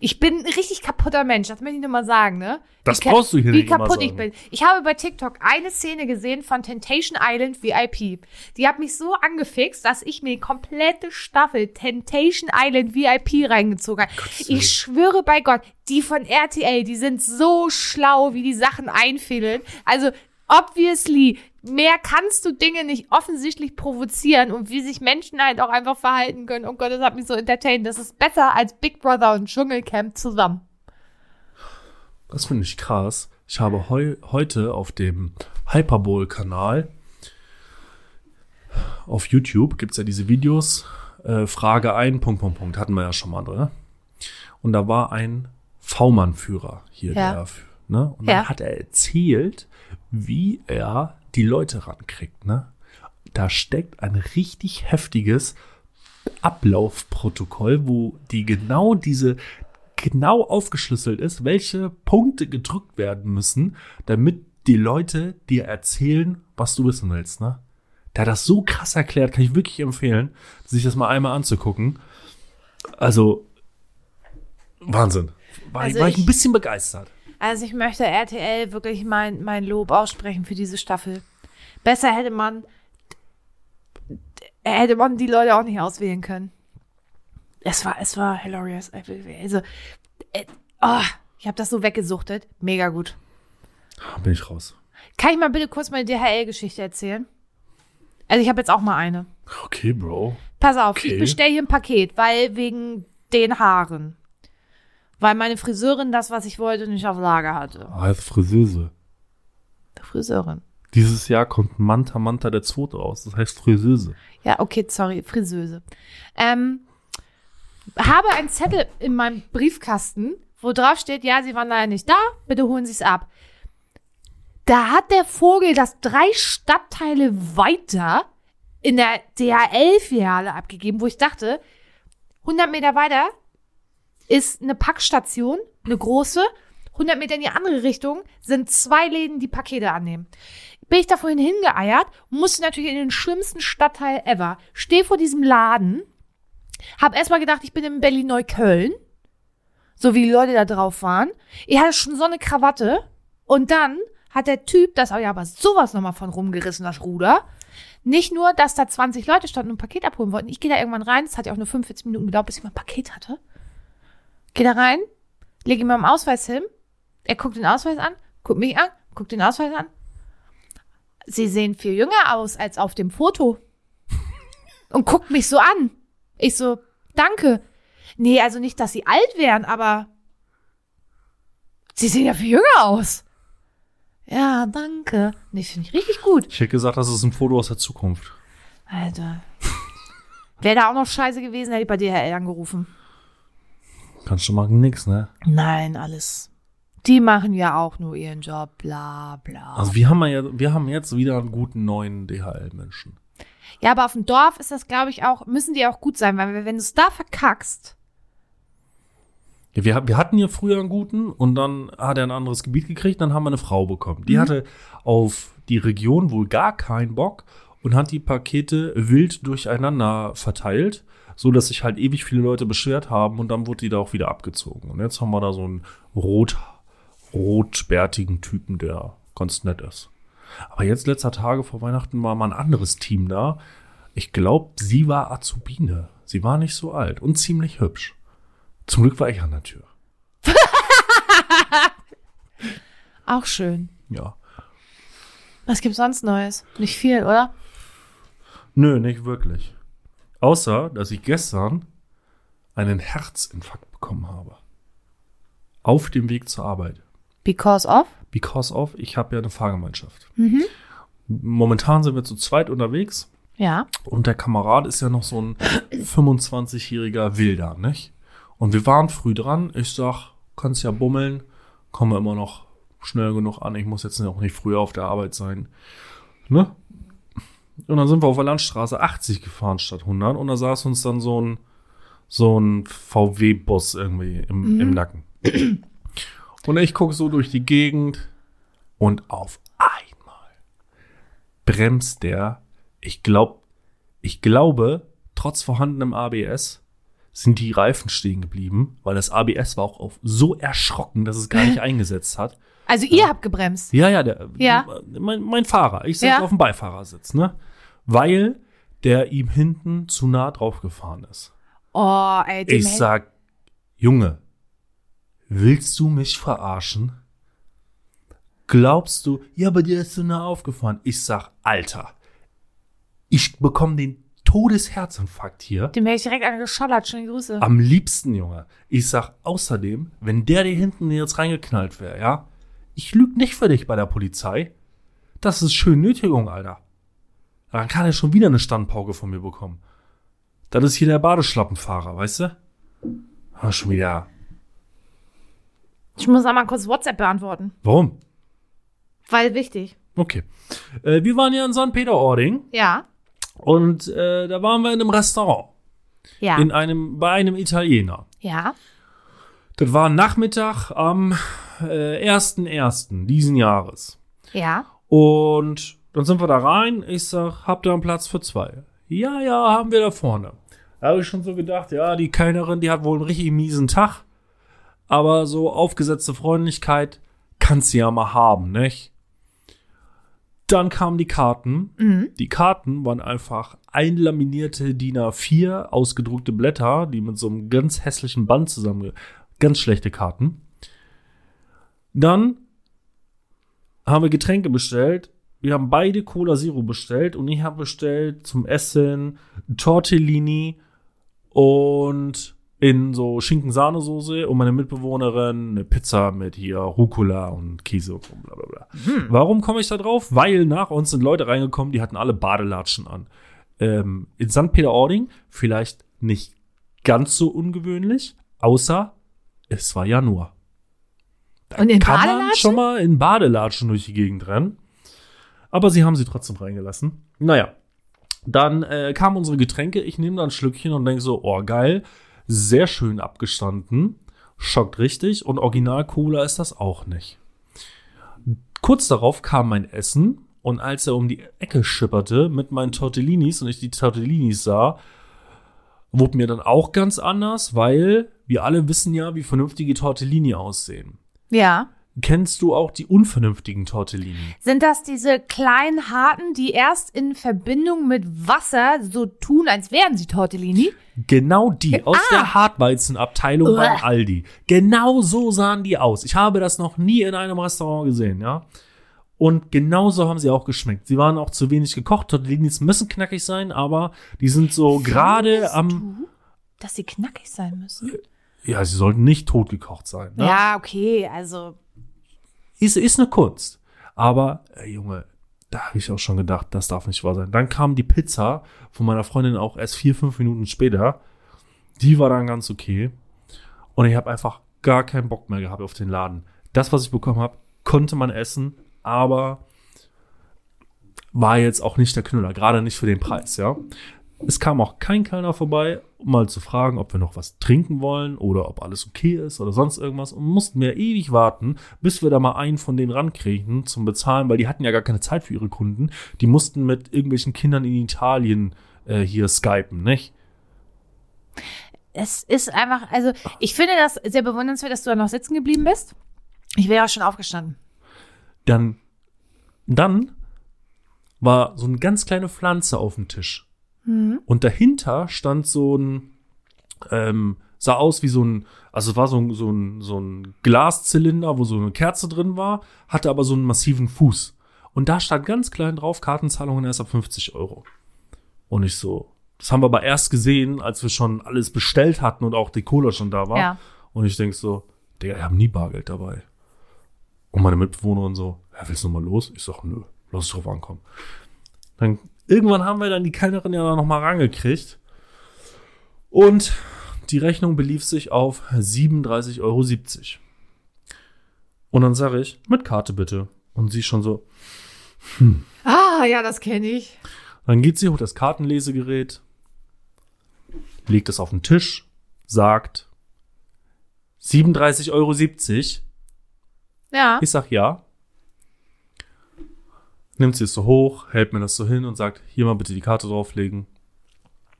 S1: ich bin ein richtig kaputter Mensch, das möchte ich nur mal sagen, ne?
S2: Das
S1: ka-
S2: brauchst du hier
S1: Wie
S2: nicht immer
S1: kaputt ich
S2: sagen.
S1: bin. Ich habe bei TikTok eine Szene gesehen von Temptation Island VIP. Die hat mich so angefixt, dass ich mir die komplette Staffel Temptation Island VIP reingezogen habe.
S2: Willen.
S1: Ich schwöre bei Gott, die von RTL, die sind so schlau, wie die Sachen einfädeln. Also, obviously, mehr kannst du Dinge nicht offensichtlich provozieren und wie sich Menschen halt auch einfach verhalten können. Oh Gott, das hat mich so entertained. Das ist besser als Big Brother und Dschungelcamp zusammen.
S2: Das finde ich krass. Ich habe heu heute auf dem Hyperbowl-Kanal auf YouTube gibt's ja diese Videos. Äh, Frage ein, Punkt, Punkt, Punkt. Hatten wir ja schon mal, oder? Und da war ein V-Mann-Führer hier.
S1: Ja.
S2: Der, ne? Und dann
S1: Ja.
S2: hat er erzählt, wie er die Leute rankriegt. Ne? Da steckt ein richtig heftiges Ablaufprotokoll, wo die genau diese genau aufgeschlüsselt ist, welche Punkte gedrückt werden müssen, damit die Leute dir erzählen, was du wissen willst, ne? Der hat das so krass erklärt, kann ich wirklich empfehlen, sich das mal einmal anzugucken. Also Wahnsinn. War,
S1: Also
S2: war ich,
S1: ich-
S2: ein bisschen begeistert.
S1: Also ich möchte RTL wirklich mein, mein Lob aussprechen für diese Staffel. Besser hätte man hätte man die Leute auch nicht auswählen können. Es war es war hilarious. Also äh, oh, ich habe das so weggesuchtet. Mega gut.
S2: Ah, Bin ich raus.
S1: Kann ich mal bitte kurz meine DHL-Geschichte erzählen? Also ich habe jetzt auch mal eine.
S2: Okay, Bro.
S1: Pass auf,
S2: Okay.
S1: ich bestelle hier ein Paket, weil wegen den Haaren. Weil meine Friseurin das, was ich wollte, nicht auf Lager hatte.
S2: Als Friseuse.
S1: Friseurin.
S2: Dieses Jahr kommt Manta Manta der Zweite raus. Das heißt Friseuse.
S1: Ja, okay, sorry, Friseuse. Ähm, habe einen Zettel in meinem Briefkasten, wo drauf steht, ja, sie waren leider nicht da, bitte holen Sie es ab. Da hat der Vogel das drei Stadtteile weiter in der DHL-Filiale abgegeben, wo ich dachte, 100 Meter weiter ist eine Packstation, eine große. 100 Meter in die andere Richtung sind zwei Läden, die Pakete annehmen bin ich da vorhin hingeeiert, musste natürlich in den schlimmsten Stadtteil ever. Stehe vor diesem Laden, hab erstmal gedacht, ich bin in Berlin-Neukölln, so wie die Leute da drauf waren. Ich hatte schon so eine Krawatte und dann hat der Typ das ja aber sowas nochmal von rumgerissen, das Ruder. Nicht nur, dass da 20 Leute standen und ein Paket abholen wollten. Ich gehe da irgendwann rein, es hat ja auch nur 45 Minuten gedauert, bis ich mein Paket hatte. Geh da rein, lege ihm meinen Ausweis hin, er guckt den Ausweis an, guckt mich an, guckt den Ausweis an, Sie sehen viel jünger aus als auf dem Foto. Und guckt mich so an. Ich so, danke. Nee, also nicht, dass sie alt wären, aber sie sehen ja viel jünger aus. Ja, danke. Nee, finde ich richtig gut.
S2: Ich hätte gesagt, das ist ein Foto aus der Zukunft.
S1: Alter. Wäre da auch noch scheiße gewesen, hätte ich bei DHL angerufen.
S2: Kannst du machen nix, ne?
S1: Nein, alles Die machen ja auch nur ihren Job, bla bla.
S2: Also wir haben ja, wir haben jetzt wieder einen guten neuen DHL-Menschen.
S1: ja, aber auf dem Dorf ist das, glaube ich, auch, müssen die auch gut sein, weil wenn du es da verkackst,
S2: Ja, wir, wir hatten ja früher einen guten und dann hat er ein anderes Gebiet gekriegt, dann haben wir eine Frau bekommen. Die hatte auf die Region wohl gar keinen Bock und hat die Pakete wild durcheinander verteilt, so dass sich halt ewig viele Leute beschwert haben und dann wurde die da auch wieder abgezogen. Und jetzt haben wir da so einen rot, rotbärtigen Typen, der ganz nett ist. Aber jetzt letzter Tage vor Weihnachten war mal ein anderes Team da. Ich glaube, sie war Azubine. Sie war nicht so alt und ziemlich hübsch. Zum Glück war ich an der Tür.
S1: auch schön.
S2: Ja.
S1: Was gibt's sonst Neues? Nicht viel, oder?
S2: Nö, nicht wirklich. Außer, dass ich gestern einen Herzinfarkt bekommen habe. Auf dem Weg zur Arbeit.
S1: Because of?
S2: Because of, ich habe ja eine Fahrgemeinschaft. Momentan sind wir zu zweit unterwegs
S1: Ja.
S2: und der Kamerad ist ja noch so ein 25-jähriger Wilder, nicht? Und wir waren früh dran. Ich sag, kannst ja bummeln, kommen wir immer noch schnell genug an. Ich muss jetzt auch nicht früher auf der Arbeit sein. Ne? Und dann sind wir auf der Landstraße 80 gefahren statt 100 und da saß uns dann so ein, so ein VW-Bus irgendwie im, im Nacken. Und ich gucke so durch die Gegend und auf einmal bremst der, ich glaube, ich glaube, trotz vorhandenem ABS sind die Reifen stehen geblieben, weil das ABS war auch auf so erschrocken, dass es gar nicht eingesetzt hat.
S1: Also ihr habt gebremst.
S2: Ja, ja, der,
S1: Ja.
S2: Mein, mein Fahrer. Ich sitze
S1: Ja.
S2: auf dem Beifahrersitz, ne? Weil der ihm hinten zu nah draufgefahren ist.
S1: Oh, ey, dem
S2: ich
S1: hält-
S2: sag, Junge, willst du mich verarschen? Glaubst du, ja, aber dir ist zu nah aufgefahren. Ich sag, Alter, ich bekomme den Todesherzinfarkt hier.
S1: dem hätte ich direkt angeschollert. Schöne Grüße.
S2: Am liebsten, Junge. Ich sag außerdem, wenn der dir hinten jetzt reingeknallt wäre, ja, ich lüg nicht für dich bei der Polizei. Das ist schön Nötigung, Alter. Dann kann er schon wieder eine Standpauke von mir bekommen. Das ist hier der Badeschlappenfahrer, weißt du? Ah, schon wieder.
S1: Ich muss einmal kurz WhatsApp beantworten,
S2: Warum?
S1: weil wichtig.
S2: Okay. Äh, wir waren ja in St. Peter-Ording
S1: Ja.
S2: und äh, da waren wir in einem Restaurant.
S1: Ja.
S2: In einem, bei einem Italiener.
S1: ja.
S2: Das war Nachmittag am äh, 1.1. diesen Jahres.
S1: Ja.
S2: Und dann sind wir da rein. Ich sag, habt ihr einen Platz für zwei? Ja, ja, haben wir da vorne. Da habe ich schon so gedacht, ja, die Kellnerin, die hat wohl einen richtig miesen Tag. Aber so aufgesetzte Freundlichkeit kannst du ja mal haben, nicht? Dann kamen die Karten. Die Karten waren einfach einlaminierte DIN A4 ausgedruckte Blätter, die mit so einem ganz hässlichen Band zusammen, ganz schlechte Karten. Dann haben wir Getränke bestellt. Wir haben beide Cola Zero bestellt und ich habe bestellt zum Essen Tortellini und in so Schinken-Sahnesoße und meine Mitbewohnerin eine Pizza mit hier Rucola und Käse und bla bla bla. Warum komme ich da drauf? Weil nach uns sind Leute reingekommen, die hatten alle Badelatschen an. Ähm, in St. Peter-Ording vielleicht nicht ganz so ungewöhnlich, außer es war Januar
S1: Und in
S2: kann man
S1: Badelatschen?
S2: schon mal in Badelatschen durch die Gegend rennen. Aber sie haben sie trotzdem reingelassen. Naja, dann äh, kamen unsere Getränke. Ich nehme da ein Schlückchen und denke so, oh geil, sehr schön abgestanden. Schockt richtig. Und Original Cola ist das auch nicht. Kurz darauf kam mein Essen. Und als er um die Ecke schipperte mit meinen Tortellinis und ich die Tortellinis sah, wurde mir dann auch ganz anders, weil wir alle wissen ja, wie vernünftige Tortellini aussehen.
S1: Ja.
S2: Kennst du auch die unvernünftigen Tortellini?
S1: Sind das diese kleinen Harten, die erst in Verbindung mit Wasser so tun, als wären sie Tortellini?
S2: Genau die aus der Hartweizenabteilung beim
S1: Äh, ah. Uah.
S2: Aldi. Genau so sahen die aus. Ich habe das noch nie in einem Restaurant gesehen, ja. Und genauso haben sie auch geschmeckt. Sie waren auch zu wenig gekocht. Tortellinis müssen knackig sein, aber die sind so gerade
S1: Findest
S2: am.
S1: du, dass sie knackig sein müssen.
S2: Ja, sie sollten nicht totgekocht sein. Ne?
S1: Ja, okay, also.
S2: ist, ist eine Kunst. Aber, äh, Junge, da habe ich auch schon gedacht, das darf nicht wahr sein. Dann kam die Pizza von meiner Freundin auch erst vier, fünf Minuten später. Die war dann ganz okay. Und ich habe einfach gar keinen Bock mehr gehabt auf den Laden. das, was ich bekommen habe, konnte man essen, aber war jetzt auch nicht der Knüller, gerade nicht für den Preis, ja. Es kam auch kein Kellner vorbei, um mal zu fragen, ob wir noch was trinken wollen oder ob alles okay ist oder sonst irgendwas und mussten wir ewig warten, bis wir da mal einen von denen rankriegen zum Bezahlen, weil die hatten ja gar keine Zeit für ihre Kunden. Die mussten mit irgendwelchen Kindern in Italien äh, hier skypen, nicht?
S1: Es ist einfach, also ich finde das sehr bewundernswert, dass du da noch sitzen geblieben bist. Ich wäre auch schon aufgestanden.
S2: Dann, dann war so eine ganz kleine Pflanze auf dem Tisch. Und dahinter stand so ein, ähm, sah aus wie so ein, also es war so ein, so, ein, so ein Glaszylinder, wo so eine Kerze drin war, hatte aber so einen massiven Fuß. Und da stand ganz klein drauf, Kartenzahlungen erst ab 50 Euro. Und ich so, das haben wir aber erst gesehen, als wir schon alles bestellt hatten und auch die Cola schon da war.
S1: Ja.
S2: Und ich denk so, Digga, wir haben nie Bargeld dabei. Und meine Mitbewohnerin so, ja, willst du noch mal los? Ich sag, nö, lass es drauf ankommen. Dann irgendwann haben wir dann die Kellnerin ja dann noch mal rangekriegt. Und die Rechnung belief sich auf 37,70 Euro. Und dann sage ich, mit Karte bitte. Und sie schon so,
S1: Ah, ja, das kenne ich.
S2: dann geht sie hoch das Kartenlesegerät, legt es auf den Tisch, sagt 37,70 Euro.
S1: Ja.
S2: Ich sag ja. Nimmt sie es so hoch, hält mir das so hin und sagt, hier mal bitte die Karte drauflegen.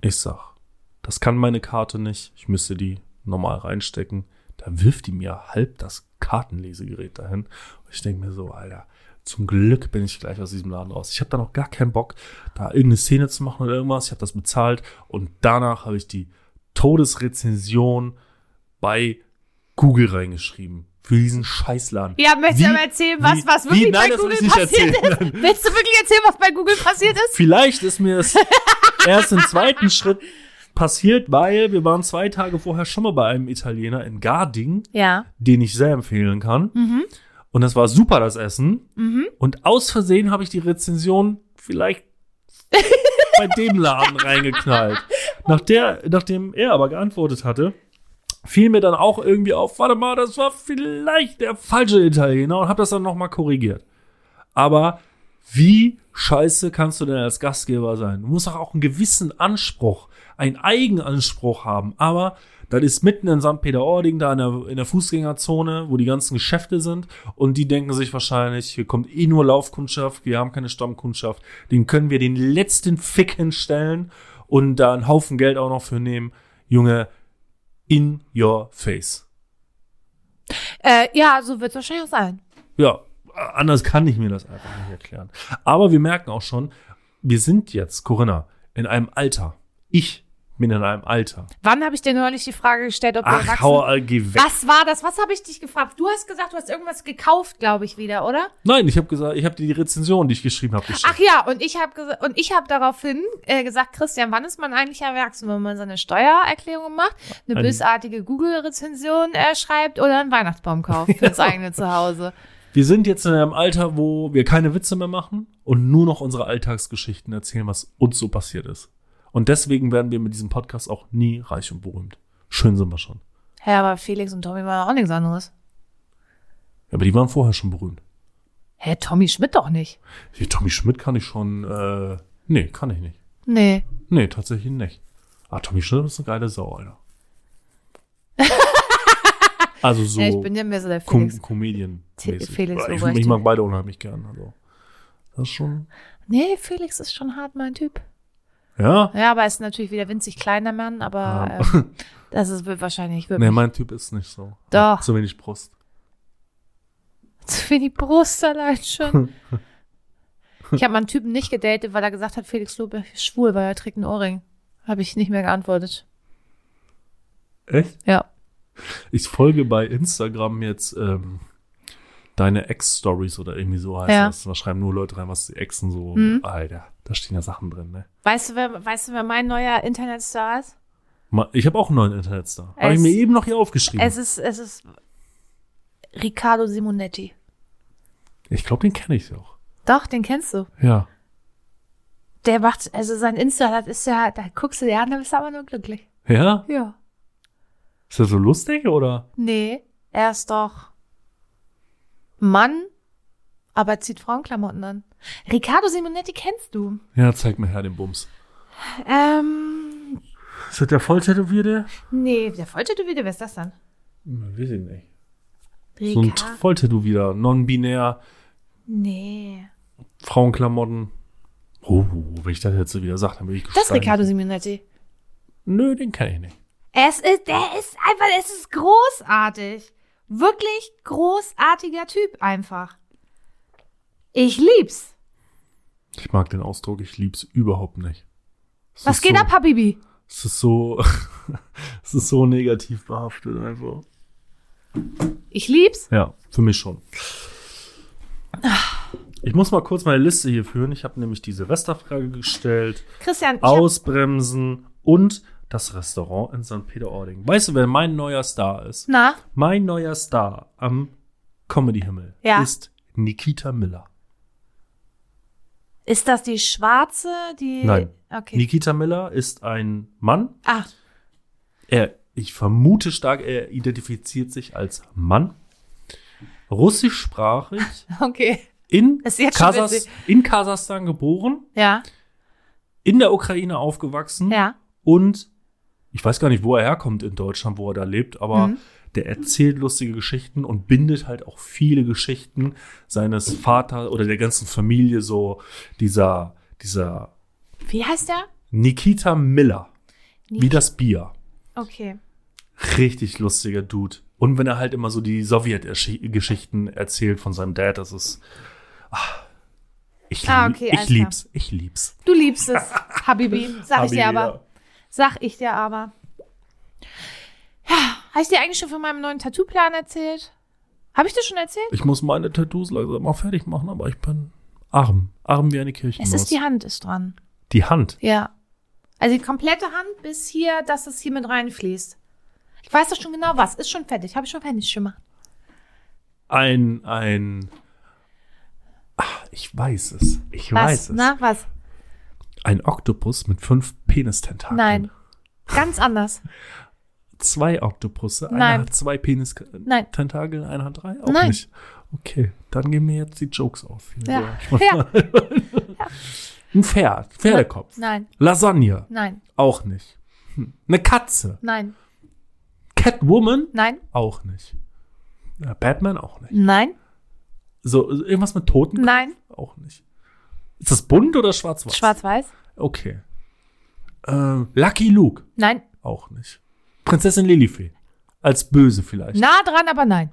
S2: Ich sag, das kann meine Karte nicht. Ich müsste die normal reinstecken. Da wirft die mir halb das Kartenlesegerät dahin. Und ich denk mir so, Alter, zum Glück bin ich gleich aus diesem Laden raus. Ich habe da noch gar keinen Bock, da irgendeine Szene zu machen oder irgendwas. Ich habe das bezahlt und danach habe ich die Todesrezension bei Google reingeschrieben. Für diesen Scheißladen.
S1: Ja, möchtest
S2: Wie-
S1: du aber erzählen, was,
S2: wie-
S1: was
S2: wie?
S1: wirklich
S2: Nein,
S1: bei
S2: das will
S1: Google
S2: ich nicht
S1: passiert
S2: erzählen.
S1: ist? Willst du wirklich erzählen, was bei Google passiert ist?
S2: Vielleicht ist mir es erst im zweiten Schritt passiert, weil wir waren zwei Tage vorher schon mal bei einem Italiener in Garding,
S1: Ja.
S2: den ich sehr empfehlen kann. Und das war super, das Essen. Und aus Versehen habe ich die Rezension vielleicht bei dem Laden reingeknallt. Nach der, nachdem er aber geantwortet hatte, fiel mir dann auch irgendwie auf, warte mal, das war vielleicht der falsche Italiener und habe das dann nochmal korrigiert. Aber wie scheiße kannst du denn als Gastgeber sein? Du musst doch auch einen gewissen Anspruch, einen Eigenanspruch haben. Aber das ist mitten in St. Peter-Ording, da in der, in der Fußgängerzone, wo die ganzen Geschäfte sind. Und die denken sich wahrscheinlich, hier kommt eh nur Laufkundschaft, wir haben keine Stammkundschaft. Den können wir den letzten Fick hinstellen und da einen Haufen Geld auch noch für nehmen. Junge, in your face.
S1: Äh, ja, so wird es wahrscheinlich auch sein.
S2: Ja, anders kann ich mir das einfach nicht erklären. Aber wir merken auch schon, wir sind jetzt, Corinna, in einem Alter. Ich bin in einem Alter.
S1: Wann habe ich dir neulich die Frage gestellt, ob du
S2: Ach,
S1: erwachsen
S2: hau, äh, geh weg.
S1: Was war das? Was habe ich dich gefragt? Du hast gesagt, du hast irgendwas gekauft, glaube ich, wieder, oder?
S2: Nein, ich habe gesagt, ich habe dir die Rezension, die ich geschrieben habe, geschickt.
S1: Ach ja, und ich habe und ich habe daraufhin äh, gesagt, Christian, wann ist man eigentlich erwachsen, wenn man seine Steuererklärung macht, eine
S2: Ein-
S1: bösartige Google-Rezension äh, schreibt oder einen Weihnachtsbaum kauft fürs eigene Zuhause?
S2: Wir sind jetzt in einem Alter, wo wir keine Witze mehr machen und nur noch unsere Alltagsgeschichten erzählen, was uns so passiert ist. Und deswegen werden wir mit diesem Podcast auch nie reich und berühmt. Schön sind wir schon.
S1: Hä, aber Felix und Tommy waren auch nichts anderes.
S2: Aber die waren vorher schon berühmt.
S1: Hä, Tommy Schmidt doch nicht.
S2: Hier, Tommy Schmidt kann ich schon, äh, nee, kann ich nicht.
S1: Nee.
S2: Nee, tatsächlich nicht. Ah, Tommy Schmidt ist eine geile Sau, Alter. also so
S1: nee ich bin ja mehr so der
S2: Com
S1: Felix.
S2: comedian
S1: Te- Felix
S2: ich,
S1: Lobrecht.
S2: ich mag beide unheimlich gern. Also. Das ist schon,
S1: Nee, Felix ist schon hart mein Typ.
S2: ja.
S1: Ja, aber er ist natürlich wieder winzig kleiner Mann, aber
S2: Ja.
S1: ähm, das ist, wird wahrscheinlich wirklich
S2: Nee, mein Typ ist nicht so.
S1: Doch.
S2: Hat Zu wenig Brust.
S1: zu wenig Brust allein schon. Ich habe meinen Typen nicht gedatet, weil er gesagt hat, Felix Lobrecht ist schwul, weil er trägt einen Ohrring. Habe ich nicht mehr geantwortet.
S2: Echt?
S1: Ja.
S2: Ich folge bei Instagram jetzt ähm, deine Ex-Stories oder irgendwie so heißt
S1: Ja.
S2: das. Da schreiben nur Leute rein, was die Exen so.
S1: Mhm.
S2: Alter, da stehen ja Sachen drin, ne?
S1: Weißt du, wer, weißt du, wer mein neuer Internetstar ist?
S2: Ma- Ich habe auch einen neuen Internetstar. Habe ich
S1: Es-
S2: mir eben noch hier aufgeschrieben.
S1: Es ist, es ist Riccardo Simonetti.
S2: Ich glaube, den kenne ich auch.
S1: Doch, den kennst du.
S2: Ja.
S1: Der macht, also sein Insta, das ist ja, da guckst du dir an, da bist du aber nur glücklich.
S2: Ja?
S1: Ja.
S2: Ist das so lustig oder?
S1: Nee, er ist doch Mann, aber zieht Frauenklamotten an. Riccardo Simonetti kennst du.
S2: Ja, zeig mir her den Bums.
S1: Ähm,
S2: Ist das der voll tätowierte?
S1: nee, der Volltätowierte, wer ist das dann?
S2: Weiß ich nicht. So ein
S1: Riccardo.
S2: voll tätowierter, non-binär,
S1: nee.
S2: Frauenklamotten. Oh, wenn ich das jetzt so wieder sage, dann bin ich
S1: Das ist
S2: gesteinigt.
S1: Riccardo Simonetti.
S2: Nö, den kenne ich nicht.
S1: Es ist, der ist einfach, es ist großartig. Wirklich großartiger Typ einfach. Ich lieb's.
S2: Ich mag den Ausdruck, ich lieb's überhaupt nicht. Es
S1: Was
S2: ist
S1: geht
S2: so,
S1: ab, Habibi?
S2: Es ist so, es ist so negativ behaftet einfach.
S1: Ich lieb's.
S2: Ja, für mich schon. Ich muss mal kurz meine Liste hier führen. Ich habe nämlich die Silvesterfrage gestellt,
S1: Christian, ich hab,
S2: Ausbremsen und das Restaurant in St. Peter-Ording. Weißt du, wer mein neuer Star ist?
S1: na,
S2: Mein neuer Star am Comedy-Himmel
S1: Ja.
S2: ist Nikita Miller.
S1: ist das die schwarze, die?
S2: Nein.
S1: Okay.
S2: Nikita Miller ist ein Mann.
S1: ah,
S2: Er, ich vermute stark, er identifiziert sich als Mann. Russischsprachig,
S1: okay.
S2: in,
S1: Ist jetzt schon
S2: Kasachs
S1: witzig.
S2: in Kasachstan geboren.
S1: Ja,
S2: in der Ukraine aufgewachsen
S1: ja.
S2: und ich weiß gar nicht, wo er herkommt in Deutschland, wo er da lebt, aber
S1: Mhm.
S2: der erzählt lustige Geschichten und bindet halt auch viele Geschichten seines Vaters oder der ganzen Familie so dieser dieser
S1: Wie heißt der?
S2: Nikita Miller, wie
S1: Niki-
S2: das Bier.
S1: Okay.
S2: Richtig lustiger Dude. Und wenn er halt immer so die Sowjet-Geschichten erzählt von seinem Dad, das ist ah, ich,
S1: Ah,
S2: lieb-
S1: okay, alles
S2: ich
S1: klar.
S2: lieb's, ich lieb's.
S1: Du liebst es, Habibi. Sag ich dir
S2: Habibi,
S1: aber. Sag ich dir aber. Ja, habe ich dir eigentlich schon von meinem neuen Tattoo-Plan erzählt? Habe ich dir schon erzählt?
S2: Ich muss meine Tattoos langsam mal fertig machen, aber ich bin arm. Arm wie eine Kirchenmaus.
S1: Es ist die Hand ist dran.
S2: Die Hand.
S1: Ja. Also die komplette Hand bis hier, dass es hier mit reinfließt. Ich weiß doch schon genau was. Ist schon fertig. Habe ich schon fertig gemacht.
S2: Ein, ein. Ach, ich weiß es. Ich weiß
S1: Was?
S2: es.
S1: Na, was?
S2: Ein Oktopus mit fünf Penistentakeln.
S1: Nein. Ganz anders.
S2: Zwei Oktopusse. Einer
S1: Nein.
S2: hat zwei
S1: Nein.
S2: Penistentakel, einer hat drei. Auch
S1: Nein.
S2: nicht. Okay, dann gehen mir jetzt die Jokes auf. Hier
S1: Ja.
S2: so.
S1: ja.
S2: Ein Pferd. Pferdekopf.
S1: Nein,
S2: Lasagne.
S1: nein,
S2: Auch nicht. Hm. Eine Katze.
S1: nein,
S2: Catwoman.
S1: nein,
S2: Auch nicht. Ja, Batman auch nicht.
S1: nein,
S2: So, also irgendwas mit Toten?
S1: nein.
S2: Auch nicht. Ist das bunt oder schwarz-weiß?
S1: Schwarz-Weiß?
S2: Okay. Ähm, Lucky Luke?
S1: Nein.
S2: Auch nicht. Prinzessin Lilifee? Als böse vielleicht.
S1: Nah dran, aber nein.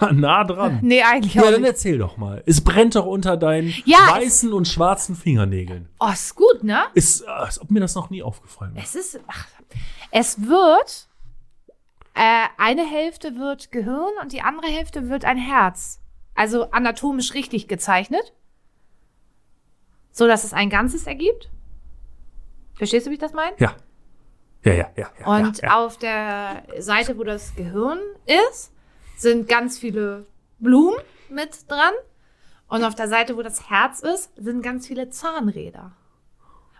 S2: Na, nah dran.
S1: Nee, eigentlich
S2: Ja,
S1: auch
S2: dann
S1: nicht.
S2: erzähl doch mal. Es brennt doch unter deinen
S1: Ja, es-
S2: weißen und schwarzen Fingernägeln.
S1: Oh, ist gut, ne?
S2: Ist, äh, als ob mir das noch nie aufgefallen wäre.
S1: Es ist, ach, es wird, äh, eine Hälfte wird Gehirn und die andere Hälfte wird ein Herz. Also anatomisch richtig gezeichnet. So, dass es ein Ganzes ergibt. Verstehst du, wie ich das meine?
S2: Ja. Ja, ja, ja. ja
S1: Und
S2: ja, ja.
S1: auf der Seite, wo das Gehirn ist, sind ganz viele Blumen mit dran. Und auf der Seite, wo das Herz ist, sind ganz viele Zahnräder.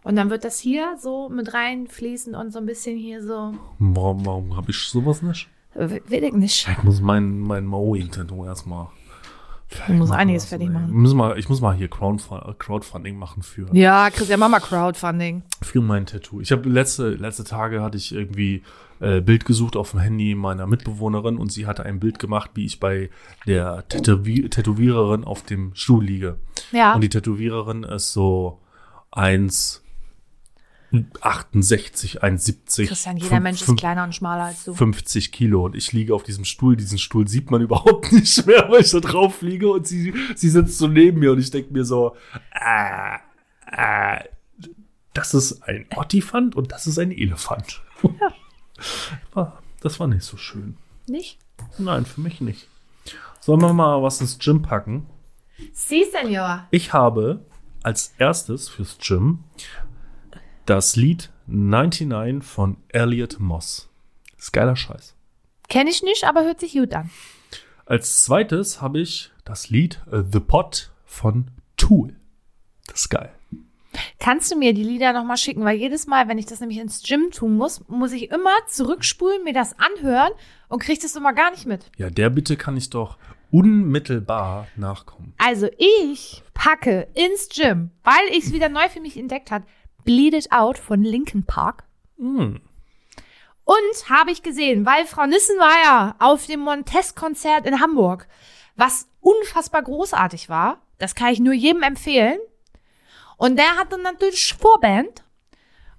S1: Und dann wird das hier so mit reinfließen und so ein bisschen hier so.
S2: Warum, warum habe ich sowas nicht?
S1: W- Will ich nicht.
S2: Ich muss mein, mein Maui-Tattoo erstmal.
S1: Du musst
S2: machen
S1: einiges
S2: lassen,
S1: fertig
S2: ey.
S1: machen.
S2: Müssen wir- ich muss mal hier Crowdfund- Crowdfunding machen für,
S1: Ja, Christian, mach mal Crowdfunding.
S2: für mein Tattoo. Ich habe letzte, letzte Tage hatte ich irgendwie äh, Bild gesucht auf dem Handy meiner Mitbewohnerin und sie hatte ein Bild gemacht, wie ich bei der Tätowi Tätowiererin auf dem Stuhl liege.
S1: Ja.
S2: Und die Tätowiererin ist so 1,68, 1,70.
S1: Christian, jeder
S2: fünf-
S1: Mensch ist
S2: fünf-
S1: kleiner und schmaler als du.
S2: 50 Kilo und ich liege auf diesem Stuhl. Diesen Stuhl sieht man überhaupt nicht mehr, weil ich da drauf liege und sie, sie sitzt so neben mir und ich denke mir so, ah, ah, das ist ein Ottifant und das ist ein Elefant. War- Das war nicht so schön.
S1: Nicht?
S2: Nein, für mich nicht. Sollen wir mal was ins Gym packen?
S1: Sie, Senor.
S2: Ich habe als erstes fürs Gym das Lied 99 von Elliot Moss. Ist geiler Scheiß.
S1: Kenne ich nicht, aber hört sich gut an.
S2: Als zweites habe ich das Lied äh, The Pot von Tool. Das ist geil.
S1: Kannst du mir die Lieder nochmal schicken? Weil jedes Mal, wenn ich das nämlich ins Gym tun muss, muss ich immer zurückspulen, mir das anhören und krieg das immer gar nicht mit.
S2: Ja, der bitte kann ich doch. unmittelbar nachkommen.
S1: Also ich packe ins Gym, weil ich es wieder neu für mich entdeckt hat, Bleed It Out von Linkin Park.
S2: Hm.
S1: Und habe ich gesehen, weil Frau Nissen war ja auf dem Montest-Konzert in Hamburg, was unfassbar großartig war. Das kann ich nur jedem empfehlen. Und der hatte natürlich Vorband.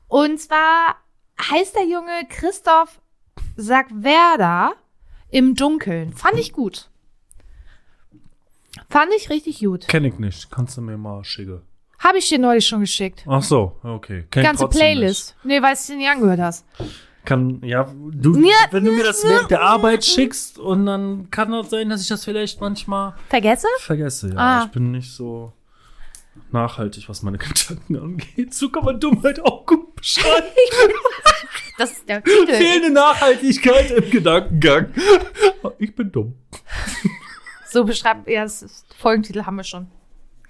S1: Und zwar heißt der Junge Christoph Sackwerder im Dunkeln. Fand ich gut. Fand ich richtig gut.
S2: Kenn ich nicht. Kannst du mir mal schicken.
S1: Habe ich dir neulich schon geschickt.
S2: Ach so, okay. Kenn
S1: Die
S2: ich
S1: ganze
S2: trotzdem
S1: Playlist. Nee, weil du sie nicht angehört hast.
S2: Nicht. Kann, ja, du,
S1: Ja,
S2: wenn du mir das während der Arbeit schickst und dann kann das sein, dass ich das vielleicht manchmal
S1: Vergesse?
S2: vergesse. Ja,
S1: Ah.
S2: ich bin nicht so nachhaltig, was meine Gedanken angeht. So kann man Dummheit auch gut beschreiben.
S1: Das ist der Titel.
S2: Fehlende Nachhaltigkeit im Gedankengang. Ich bin dumm.
S1: So beschreibt er es. Folgentitel haben wir schon.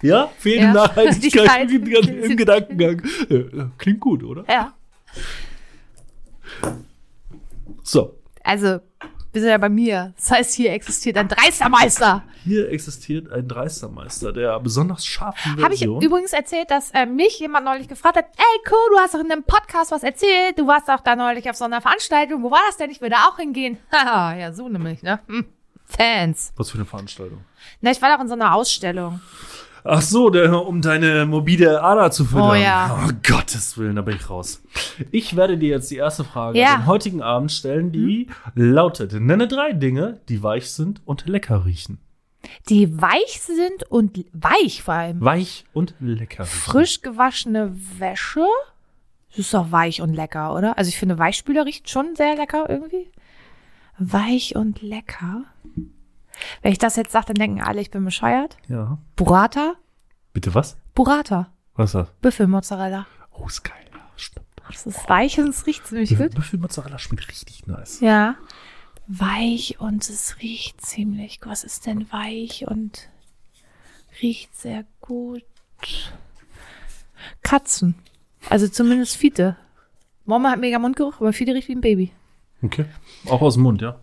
S2: Ja? Fehlende
S1: Ja.
S2: Nachhaltigkeit im,
S1: Die
S2: Gedan-
S1: Zeit.
S2: im Gedankengang. Äh, äh, Klingt gut, oder?
S1: Ja.
S2: So.
S1: Also, wir sind ja bei mir. Das heißt, hier existiert ein Dreistermeister.
S2: Hier existiert ein Dreistermeister, der besonders scharfen
S1: Habe ich
S2: Version.
S1: übrigens erzählt, dass äh, mich jemand neulich gefragt hat, ey cool, du hast doch in einem Podcast was erzählt, du warst auch da neulich auf so einer Veranstaltung, wo war das denn? Ich will da auch hingehen. Haha, ja, so nämlich, ne? Hm. Fans.
S2: was für eine Veranstaltung.
S1: Na, ich war doch in so einer Ausstellung.
S2: Ach so, der, um deine mobile Ader zu füttern.
S1: Oh ja.
S2: Oh, Gottes Willen, da bin ich raus. Ich werde dir jetzt die erste Frage
S1: Ja.
S2: den heutigen Abend stellen, die lautet: Nenne drei Dinge, die weich sind und lecker riechen.
S1: Die weich sind und weich vor allem.
S2: Weich und lecker riechen.
S1: Frisch gewaschene Wäsche. Das ist doch weich und lecker, oder? Also ich finde, Weichspüler riecht schon sehr lecker irgendwie. Weich und lecker. Wenn ich das jetzt sage, dann denken alle, ich bin bescheuert.
S2: Ja.
S1: Burrata?
S2: Bitte was?
S1: Burrata.
S2: Was ist das?
S1: Büffelmozzarella.
S2: Oh, ist geil. Ja, Stimmt.
S1: Das ist weich und es riecht
S2: Hm.
S1: ziemlich gut.
S2: Büffelmozzarella schmeckt richtig nice.
S1: Ja. Weich und es riecht ziemlich gut. Was ist denn weich und riecht sehr gut? Katzen. Also zumindest Fiete. Mama hat mega Mundgeruch, aber Fiete riecht wie ein Baby.
S2: Okay. Auch aus dem Mund, ja?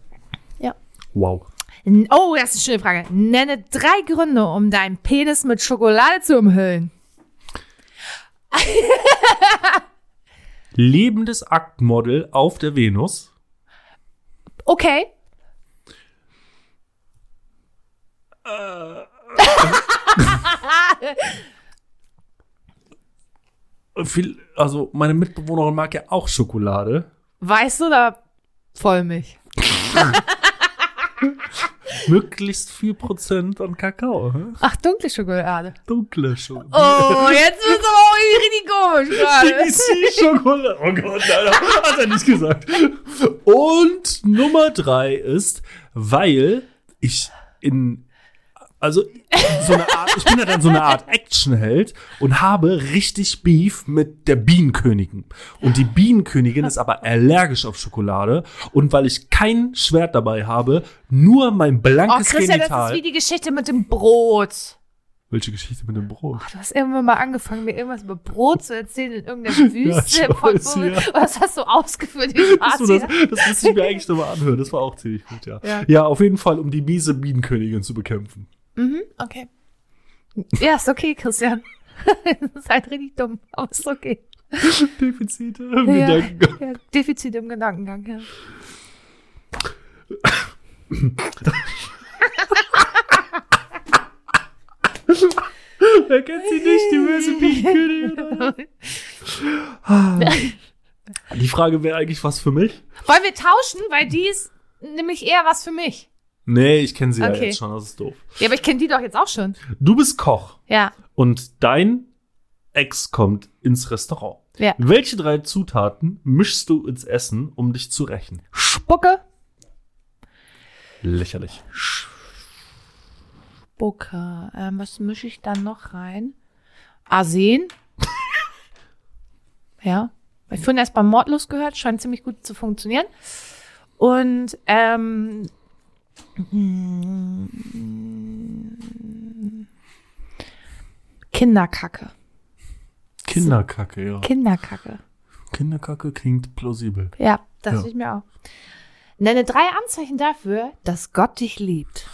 S1: Ja.
S2: Wow.
S1: N- Oh, das ist eine schöne Frage. Nenne drei Gründe, um deinen Penis mit Schokolade zu umhüllen.
S2: Lebendes Aktmodel auf der Venus.
S1: Okay.
S2: Viel, also meine Mitbewohnerin mag ja auch Schokolade.
S1: Weißt du, da voll mich.
S2: Möglichst viel Prozent an Kakao. hä?
S1: Ach, dunkle Schokolade.
S2: Dunkle Schokolade.
S1: Oh, jetzt wird's aber auch richtig komisch gerade.
S2: Schokolade. Oh Gott, nein, hat er nicht gesagt. Und Nummer drei ist, weil ich in also so eine Art, ich bin ja dann so eine Art Actionheld und habe richtig Beef mit der Bienenkönigin. Und die Bienenkönigin ist aber allergisch auf Schokolade und weil ich kein Schwert dabei habe, nur mein
S1: Oh,
S2: blankes
S1: Christian, das
S2: Genital.
S1: ist wie die Geschichte mit dem Brot.
S2: Welche Geschichte mit dem Brot?
S1: Du hast irgendwann mal angefangen, mir irgendwas über Brot zu erzählen in irgendeiner Wüste.
S2: ich
S1: von
S2: weiß,
S1: wo-
S2: ja.
S1: Und das hast du ausgeführt in
S2: Ach so,
S1: Asien.
S2: das, das müsste ich mir eigentlich nochmal anhören. Das war auch ziemlich gut, ja.
S1: Ja.
S2: ja. auf jeden Fall, um die miese Bienenkönigin zu bekämpfen.
S1: Mhm, okay. Ja, ist okay, Christian. das ist halt richtig dumm, aber ist okay.
S2: Defizite im
S1: Ja,
S2: Gedanken.
S1: ja, Defizit im Gedankengang, ja.
S2: Wer kennt sie nicht, die böse Bienenkönigin? Die Frage wäre eigentlich was für mich?
S1: Wollen wir tauschen? Weil die ist nämlich eher was für mich.
S2: Nee, ich kenne sie ja
S1: Okay.
S2: jetzt schon, das ist doof.
S1: Ja, aber ich kenne die doch jetzt auch schon.
S2: Du bist Koch
S1: Ja.
S2: und dein Ex kommt ins Restaurant.
S1: Ja.
S2: Welche drei Zutaten mischst du ins Essen, um dich zu rächen?
S1: Spucke.
S2: Lächerlich.
S1: Spucke. Ähm, was mische ich dann noch rein? Arsen. ja. Hab Ich vorhin erst beim Mordlos gehört, scheint ziemlich gut zu funktionieren. Und ähm, hm, mm, Kinderkacke.
S2: Kinderkacke, ja.
S1: Kinderkacke.
S2: Kinderkacke klingt plausibel.
S1: Ja, das
S2: Ja.
S1: ich mir auch. Nenne drei Anzeichen dafür, dass Gott dich liebt.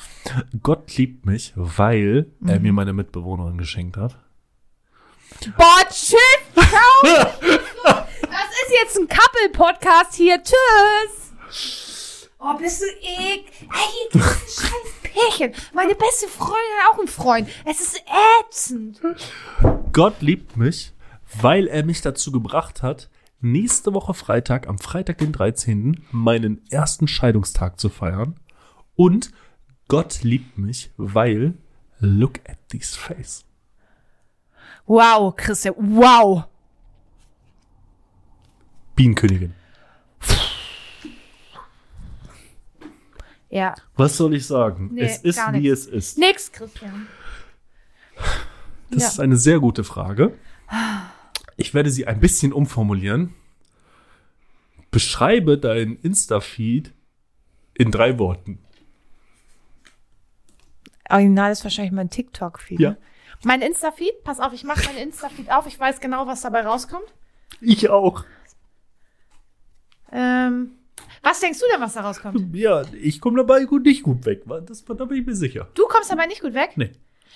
S2: Gott liebt mich, weil
S1: Mhm.
S2: er mir meine Mitbewohnerin geschenkt hat.
S1: Boah, shit, Das ist jetzt ein Couple-Podcast hier. Tschüss. Oh, bist du ek. Ey, dieses scheiß Pärchen. Meine beste Freundin hat auch einen Freund. Es ist ätzend.
S2: Gott liebt mich, weil er mich dazu gebracht hat, nächste Woche Freitag, am Freitag, den 13., meinen ersten Scheidungstag zu feiern. Und Gott liebt mich, weil look at this face.
S1: Wow, Christian, wow.
S2: Bienenkönigin.
S1: Ja.
S2: Was soll ich sagen?
S1: Nee,
S2: es ist,
S1: gar
S2: wie
S1: nix.
S2: es ist.
S1: Nix, Christian.
S2: Das
S1: Ja.
S2: ist eine sehr gute Frage. Ich werde sie ein bisschen umformulieren. Beschreibe deinen Insta-Feed in drei Worten.
S1: Original ist wahrscheinlich mein TikTok-Feed.
S2: Ja.
S1: ne? Mein Insta-Feed, pass auf, ich mache meinen Insta-Feed auf. Ich weiß genau, was dabei rauskommt.
S2: Ich auch.
S1: Ähm, was denkst du denn, was da rauskommt?
S2: Ja, ich komme dabei gut, nicht gut weg. Das, da bin ich mir sicher.
S1: Du kommst dabei nicht gut weg.
S2: Nee.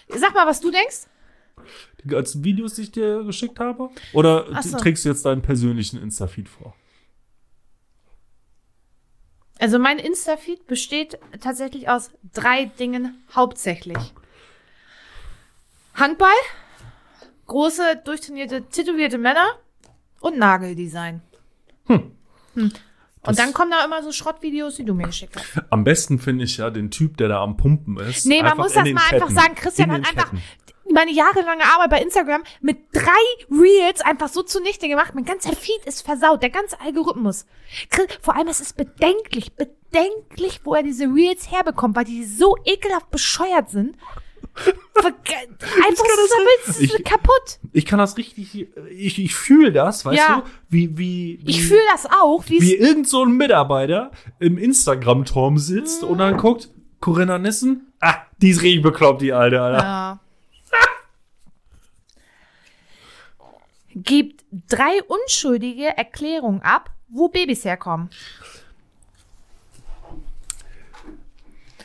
S1: Sag mal, was du denkst.
S2: Die ganzen Videos, die ich dir geschickt habe? Oder
S1: Ach so.
S2: trägst du jetzt deinen persönlichen Insta-Feed vor?
S1: Also mein Insta-Feed besteht tatsächlich aus drei Dingen hauptsächlich. Handball, große, durchtrainierte, tätowierte Männer und Nageldesign. Hm.
S2: Das-
S1: Und dann kommen da immer so Schrottvideos, die du mir geschickt hast.
S2: Am besten finde ich ja den Typ, der da am Pumpen ist.
S1: Nee, man
S2: Einfach
S1: muss
S2: in
S1: das
S2: den
S1: mal einfach
S2: Ketten.
S1: sagen. Christian
S2: In
S1: hat
S2: den
S1: einfach
S2: Ketten.
S1: meine jahrelange Arbeit bei Instagram mit drei Reels einfach so zunichte gemacht. Mein ganzer Feed ist versaut, der ganze Algorithmus. Chris- Vor allem, es ist bedenklich, bedenklich, wo er diese Reels herbekommt, weil die so ekelhaft bescheuert sind. Ver- einfach so willst du
S2: Ich-
S1: kaputt.
S2: Ich kann das richtig, ich, ich fühle das, weißt
S1: Ja.
S2: du? Wie, wie, wie,
S1: Ich fühle das auch, wie
S2: wie
S1: es
S2: irgend so ein Mitarbeiter im Instagram-Turm sitzt und dann guckt, Corinna Nissen, ah, die ist richtig bekloppt, die Alte, Alter.
S1: Ja. Gibt drei unschuldige Erklärungen ab, wo Babys herkommen.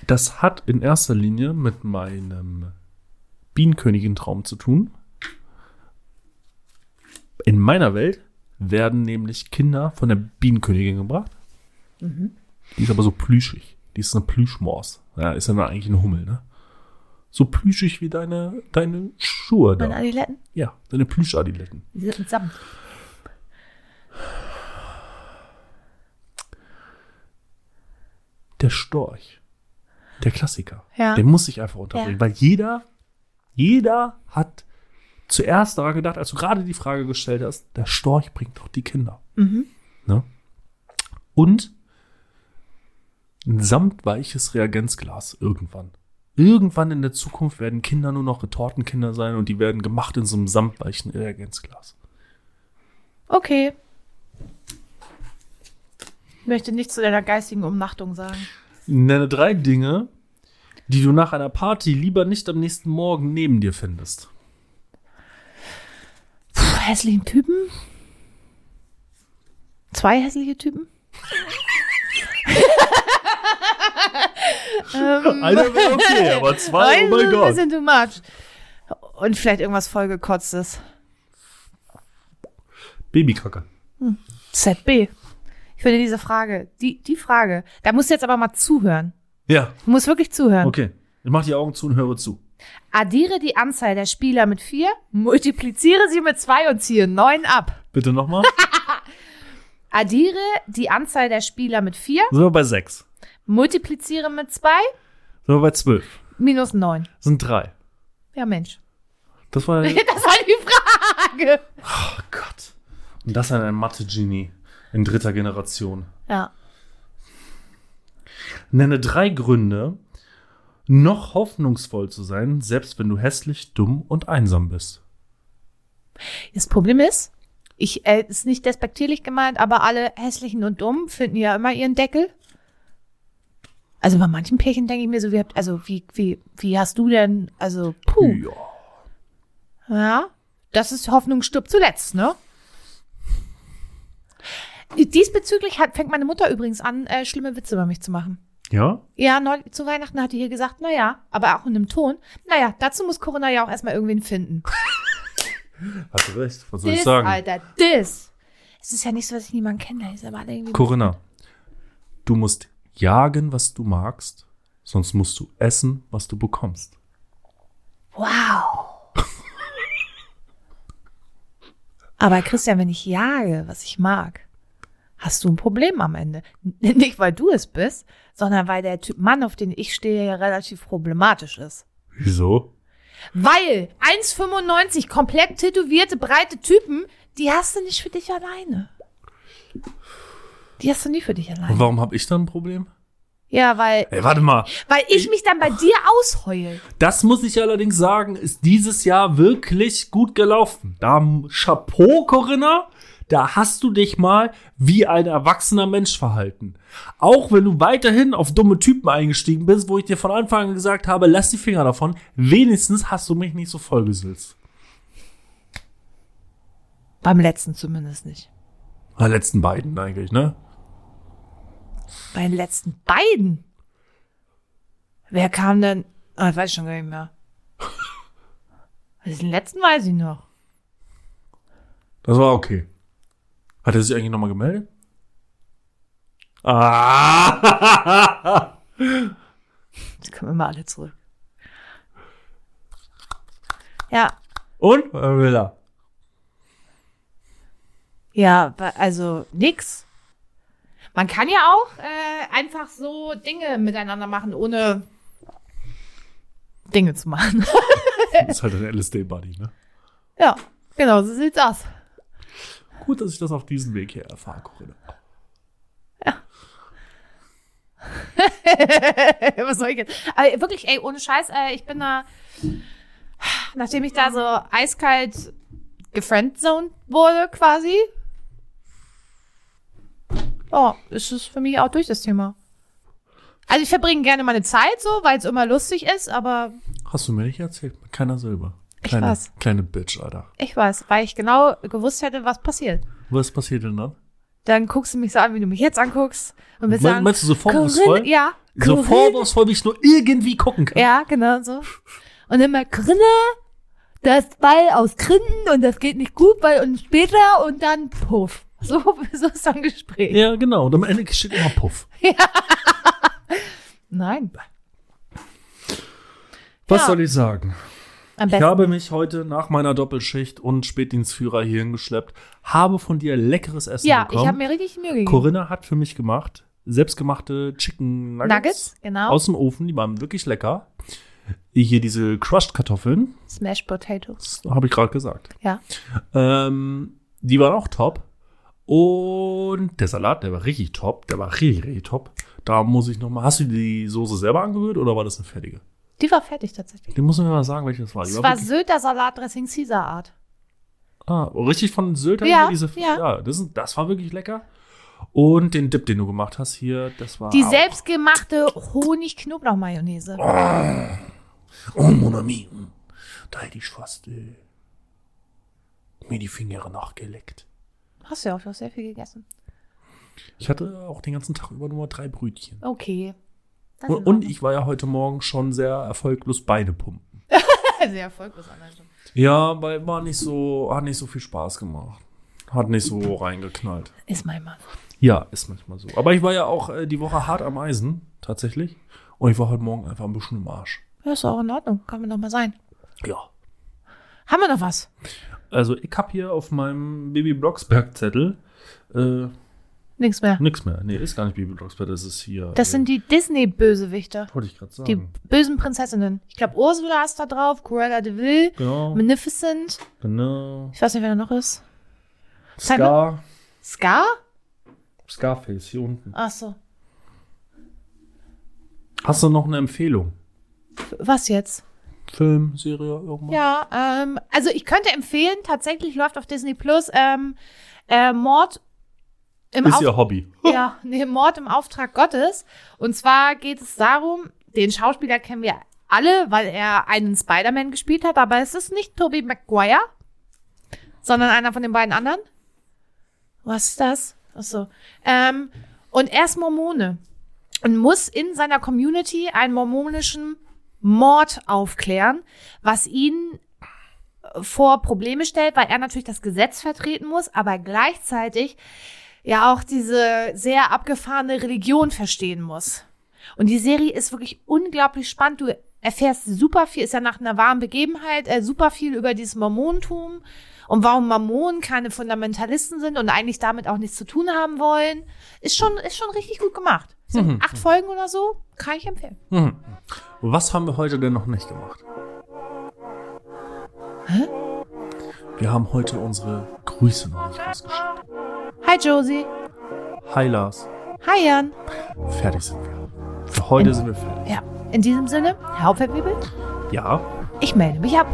S2: Das hat in erster Linie mit meinem Bienenkönigin-Traum zu tun. In meiner Welt werden nämlich Kinder von der Bienenkönigin gebracht.
S1: Mhm.
S2: Die ist aber so plüschig. Die ist eine Plüschmaus. Ja, ist ja nur eigentlich eine Hummel, ne? So plüschig wie deine, deine Schuhe
S1: Meine
S2: da.
S1: Adiletten,
S2: Ja, deine Plüschadiletten.
S1: die sind mit Samt.
S2: Der Storch. Der Klassiker.
S1: Ja.
S2: Den muss ich einfach unterbringen,
S1: Ja.
S2: weil jeder, jeder hat zuerst daran gedacht, als du gerade die Frage gestellt hast, der Storch bringt doch die Kinder.
S1: Mhm.
S2: Ne? Und ein samtweiches Reagenzglas irgendwann. Irgendwann in der Zukunft werden Kinder nur noch Retortenkinder sein und die werden gemacht in so einem samtweichen Reagenzglas.
S1: Okay. Ich möchte nichts zu deiner geistigen Umnachtung sagen.
S2: Nenne drei Dinge, die du nach einer Party lieber nicht am nächsten Morgen neben dir findest.
S1: Puh, hässlichen Typen? Zwei hässliche Typen?
S2: Einer wäre okay, aber zwei, oh
S1: Ein
S2: mein Gott.
S1: bisschen too much. Und vielleicht irgendwas vollgekotztes.
S2: Babykacke.
S1: ZB. Ich finde diese Frage, die, die Frage, da musst du jetzt aber mal zuhören.
S2: Ja,
S1: Du musst wirklich zuhören.
S2: okay. Ich mach die Augen zu und höre zu.
S1: Addiere die Anzahl der Spieler mit vier, multipliziere sie mit zwei und ziehe neun ab.
S2: Bitte nochmal.
S1: Addiere die Anzahl der Spieler mit vier,
S2: Sind wir bei sechs.
S1: multipliziere mit zwei,
S2: Sind wir bei zwölf.
S1: minus neun.
S2: Sind drei.
S1: Ja, Mensch.
S2: Das war.
S1: Das war die Frage.
S2: Oh Gott. Und das an ein Mathe-Genie in dritter Generation.
S1: Ja.
S2: Nenne drei Gründe, noch hoffnungsvoll zu sein, selbst wenn du hässlich, dumm und einsam bist.
S1: Das Problem ist, ich, äh, ist nicht despektierlich gemeint, aber alle hässlichen und dummen finden ja immer ihren Deckel. Also bei manchen Pärchen denke ich mir so, wie habt, also wie, wie, wie hast du denn, also, puh.
S2: Ja.
S1: Ja, das ist Hoffnung stirbt zuletzt, ne? Diesbezüglich hat, fängt meine Mutter übrigens an, äh, schlimme Witze über mich zu machen.
S2: Ja?
S1: Ja, neu, zu Weihnachten hat die hier gesagt, naja, aber auch in einem Ton. Naja, dazu muss Corona ja auch erstmal irgendwen finden.
S2: Hast du recht. Was soll
S1: Dis,
S2: ich sagen?
S1: Alter, dis. Es ist ja nicht so, dass ich niemanden kenne, ist aber alle irgendwie.
S2: Corinna, du musst jagen, was du magst, sonst musst du essen, was du bekommst.
S1: Wow. Aber Christian, wenn ich jage, was ich mag, hast du ein Problem am Ende. N- Nicht, weil du es bist, sondern weil der Typ Mann, auf den ich stehe, ja relativ problematisch ist.
S2: Wieso?
S1: Weil 1,95 komplett tätowierte, breite Typen, die hast du nicht für dich alleine. Die hast du nie für dich
S2: Und
S1: alleine.
S2: warum habe ich dann ein Problem?
S1: Ja, weil,
S2: Ey, warte mal.
S1: weil ich mich dann bei dir ausheule.
S2: Das muss ich allerdings sagen, ist dieses Jahr wirklich gut gelaufen. Da m- Chapeau, Corinna, da hast du dich mal wie ein erwachsener Mensch verhalten. Auch wenn du weiterhin auf dumme Typen eingestiegen bist, wo ich dir von Anfang an gesagt habe, lass die Finger davon, wenigstens hast du mich nicht so vollgesülzt.
S1: Beim letzten zumindest nicht.
S2: Bei den letzten beiden eigentlich, ne?
S1: Bei den letzten beiden? Wer kam denn? Ah, ich weiß schon gar nicht mehr. Also den letzten weiß ich noch.
S2: Das war okay. Hat er sich eigentlich nochmal gemeldet? Ah!
S1: Die kommen immer alle zurück. Ja,
S2: Und? Äh, will er.
S1: ja, wa- also nix. Man kann ja auch äh, einfach so Dinge miteinander machen, ohne Dinge zu machen. Äh.
S2: Ist halt ein LSD-Buddy, ne?
S1: ja, genau, so sieht's aus.
S2: Gut, dass ich das auf diesem Weg hier erfahre, Corinna.
S1: Was soll ich jetzt? Aber wirklich, ey, ohne Scheiß, äh, ich bin da, nachdem ich da so eiskalt gefriendzoned wurde, quasi. Ja, ist es für mich auch durch das Thema. Also ich verbringe gerne meine Zeit so, weil es immer lustig ist, aber
S2: Hast du mir nicht erzählt? Mit keiner Silber.
S1: Ich
S2: Kleine,
S1: weiß.
S2: kleine Bitch, Alter.
S1: ich weiß, weil ich genau gewusst hätte, was passiert.
S2: Was passiert denn dann?
S1: Dann guckst du mich so an, wie du mich jetzt anguckst und willst
S2: Me-
S1: sagen,
S2: meinst du so vorwurfsvoll?
S1: Corinne- Ja,
S2: So
S1: Corinne-
S2: vorwurfsvoll, wie ich nur irgendwie gucken kann.
S1: Ja, genau so. Und immer Grinne, das Ball aus Grinden und das geht nicht gut, weil und später und dann puff. So, so ist dann Gespräch.
S2: Ja, genau. Und am Ende steht immer Puff.
S1: Nein,
S2: Was
S1: Ja.
S2: soll ich sagen?
S1: am
S2: Ich
S1: besten.
S2: habe mich heute nach meiner Doppelschicht und Spätdienstführer hierhin geschleppt, habe von dir leckeres Essen
S1: ja, ich habe
S2: bekommen.
S1: mir richtig Mühe gegeben.
S2: Corinna hat für mich gemacht selbstgemachte Chicken Nuggets,
S1: Nuggets, genau.
S2: aus dem Ofen, die waren wirklich lecker. Hier diese Crushed Kartoffeln,
S1: Smash Potatoes.
S2: das habe ich gerade gesagt.
S1: Ja.
S2: Ähm, die waren auch top. Und der Salat, der war richtig top. Der war richtig, richtig top. Da muss ich nochmal. Hast du die Soße selber angerührt oder war das eine fertige?
S1: Die war fertig tatsächlich.
S2: Den muss mir mal sagen, welche das war. Die
S1: Es war
S2: wirklich-
S1: Söder Salat Dressing Caesar Art.
S2: ah, richtig von Sylt? haben
S1: Ja,
S2: wir diese,
S1: ja.
S2: das, ist, das war wirklich lecker. Und den Dip, den du gemacht hast hier, das war.
S1: Die
S2: auch-
S1: selbstgemachte Honig-Knoblauch-Mayonnaise.
S2: Oh, mon ami. Da hätte ich fast äh, mir die Finger nachgeleckt.
S1: Hast du ja auch schon sehr viel gegessen.
S2: Ich hatte auch den ganzen Tag über nur drei Brötchen.
S1: Okay. Das ist
S2: Und,
S1: in Ordnung.
S2: und ich war ja heute Morgen schon sehr erfolglos Beine pumpen.
S1: Sehr erfolglos allein schon.
S2: Ja, weil war nicht so, hat nicht so viel Spaß gemacht. Hat nicht so reingeknallt.
S1: Ist mein Mann.
S2: Ja, ist manchmal so. Aber ich war ja auch äh, die Woche hart am Eisen, tatsächlich. Und ich war heute Morgen einfach ein bisschen im Arsch.
S1: Ja, ist auch in Ordnung. Kann man doch mal sein.
S2: Ja.
S1: Haben wir noch was?
S2: Also ich hab hier auf meinem Baby Blocksberg-Zettel äh,
S1: Nichts mehr.
S2: nix mehr. Nee, ist gar nicht Baby Blocksberg, das ist hier. äh,
S1: Das sind die Disney-Bösewichter.
S2: Wollte ich gerade
S1: Die
S2: sagen.
S1: bösen Prinzessinnen. Ich glaube, Ursula ist da drauf, Cruella de Vil,
S2: Genau,
S1: Maleficent.
S2: genau.
S1: Ich weiß nicht, wer da noch ist. Zeig mal. Scar?
S2: Scar, Scarface hier unten.
S1: Ach so.
S2: Hast du noch eine Empfehlung?
S1: Was jetzt?
S2: Film, Serie, irgendwas?
S1: Ja, ähm, also ich könnte empfehlen, tatsächlich läuft auf Disney Plus ähm, äh, Mord im
S2: Ist
S1: Auf-
S2: ihr Hobby.
S1: Ja, nee, Mord im Auftrag Gottes. Und zwar geht es darum, den Schauspieler kennen wir alle, weil er einen Spider-Man gespielt hat, aber es ist nicht Tobey Maguire, sondern einer von den beiden anderen. Was ist das? Ach so. Ähm, und er ist Mormone und muss in seiner Community einen mormonischen Mord aufklären, was ihn vor Probleme stellt, weil er natürlich das Gesetz vertreten muss, aber gleichzeitig ja auch diese sehr abgefahrene Religion verstehen muss. Und die Serie ist wirklich unglaublich spannend. Du erfährst super viel, ist ja nach einer wahren Begebenheit, äh, super viel über dieses Mormontum und warum Mormonen keine Fundamentalisten sind und eigentlich damit auch nichts zu tun haben wollen. Ist schon, ist schon richtig gut gemacht. Sind
S2: Mhm.
S1: acht Folgen oder so, kann ich empfehlen.
S2: Hm. Was haben wir heute denn noch nicht gemacht?
S1: Hä?
S2: Wir haben heute unsere Grüße noch nicht rausgeschickt.
S1: Hi Josie.
S2: Hi Lars.
S1: Hi Jan.
S2: Fertig sind wir.
S1: Genau.
S2: Für heute sind wir fertig.
S1: Ja, in diesem Sinne, Herr Hauptfeldwebel,
S2: Ja,
S1: ich melde mich ab.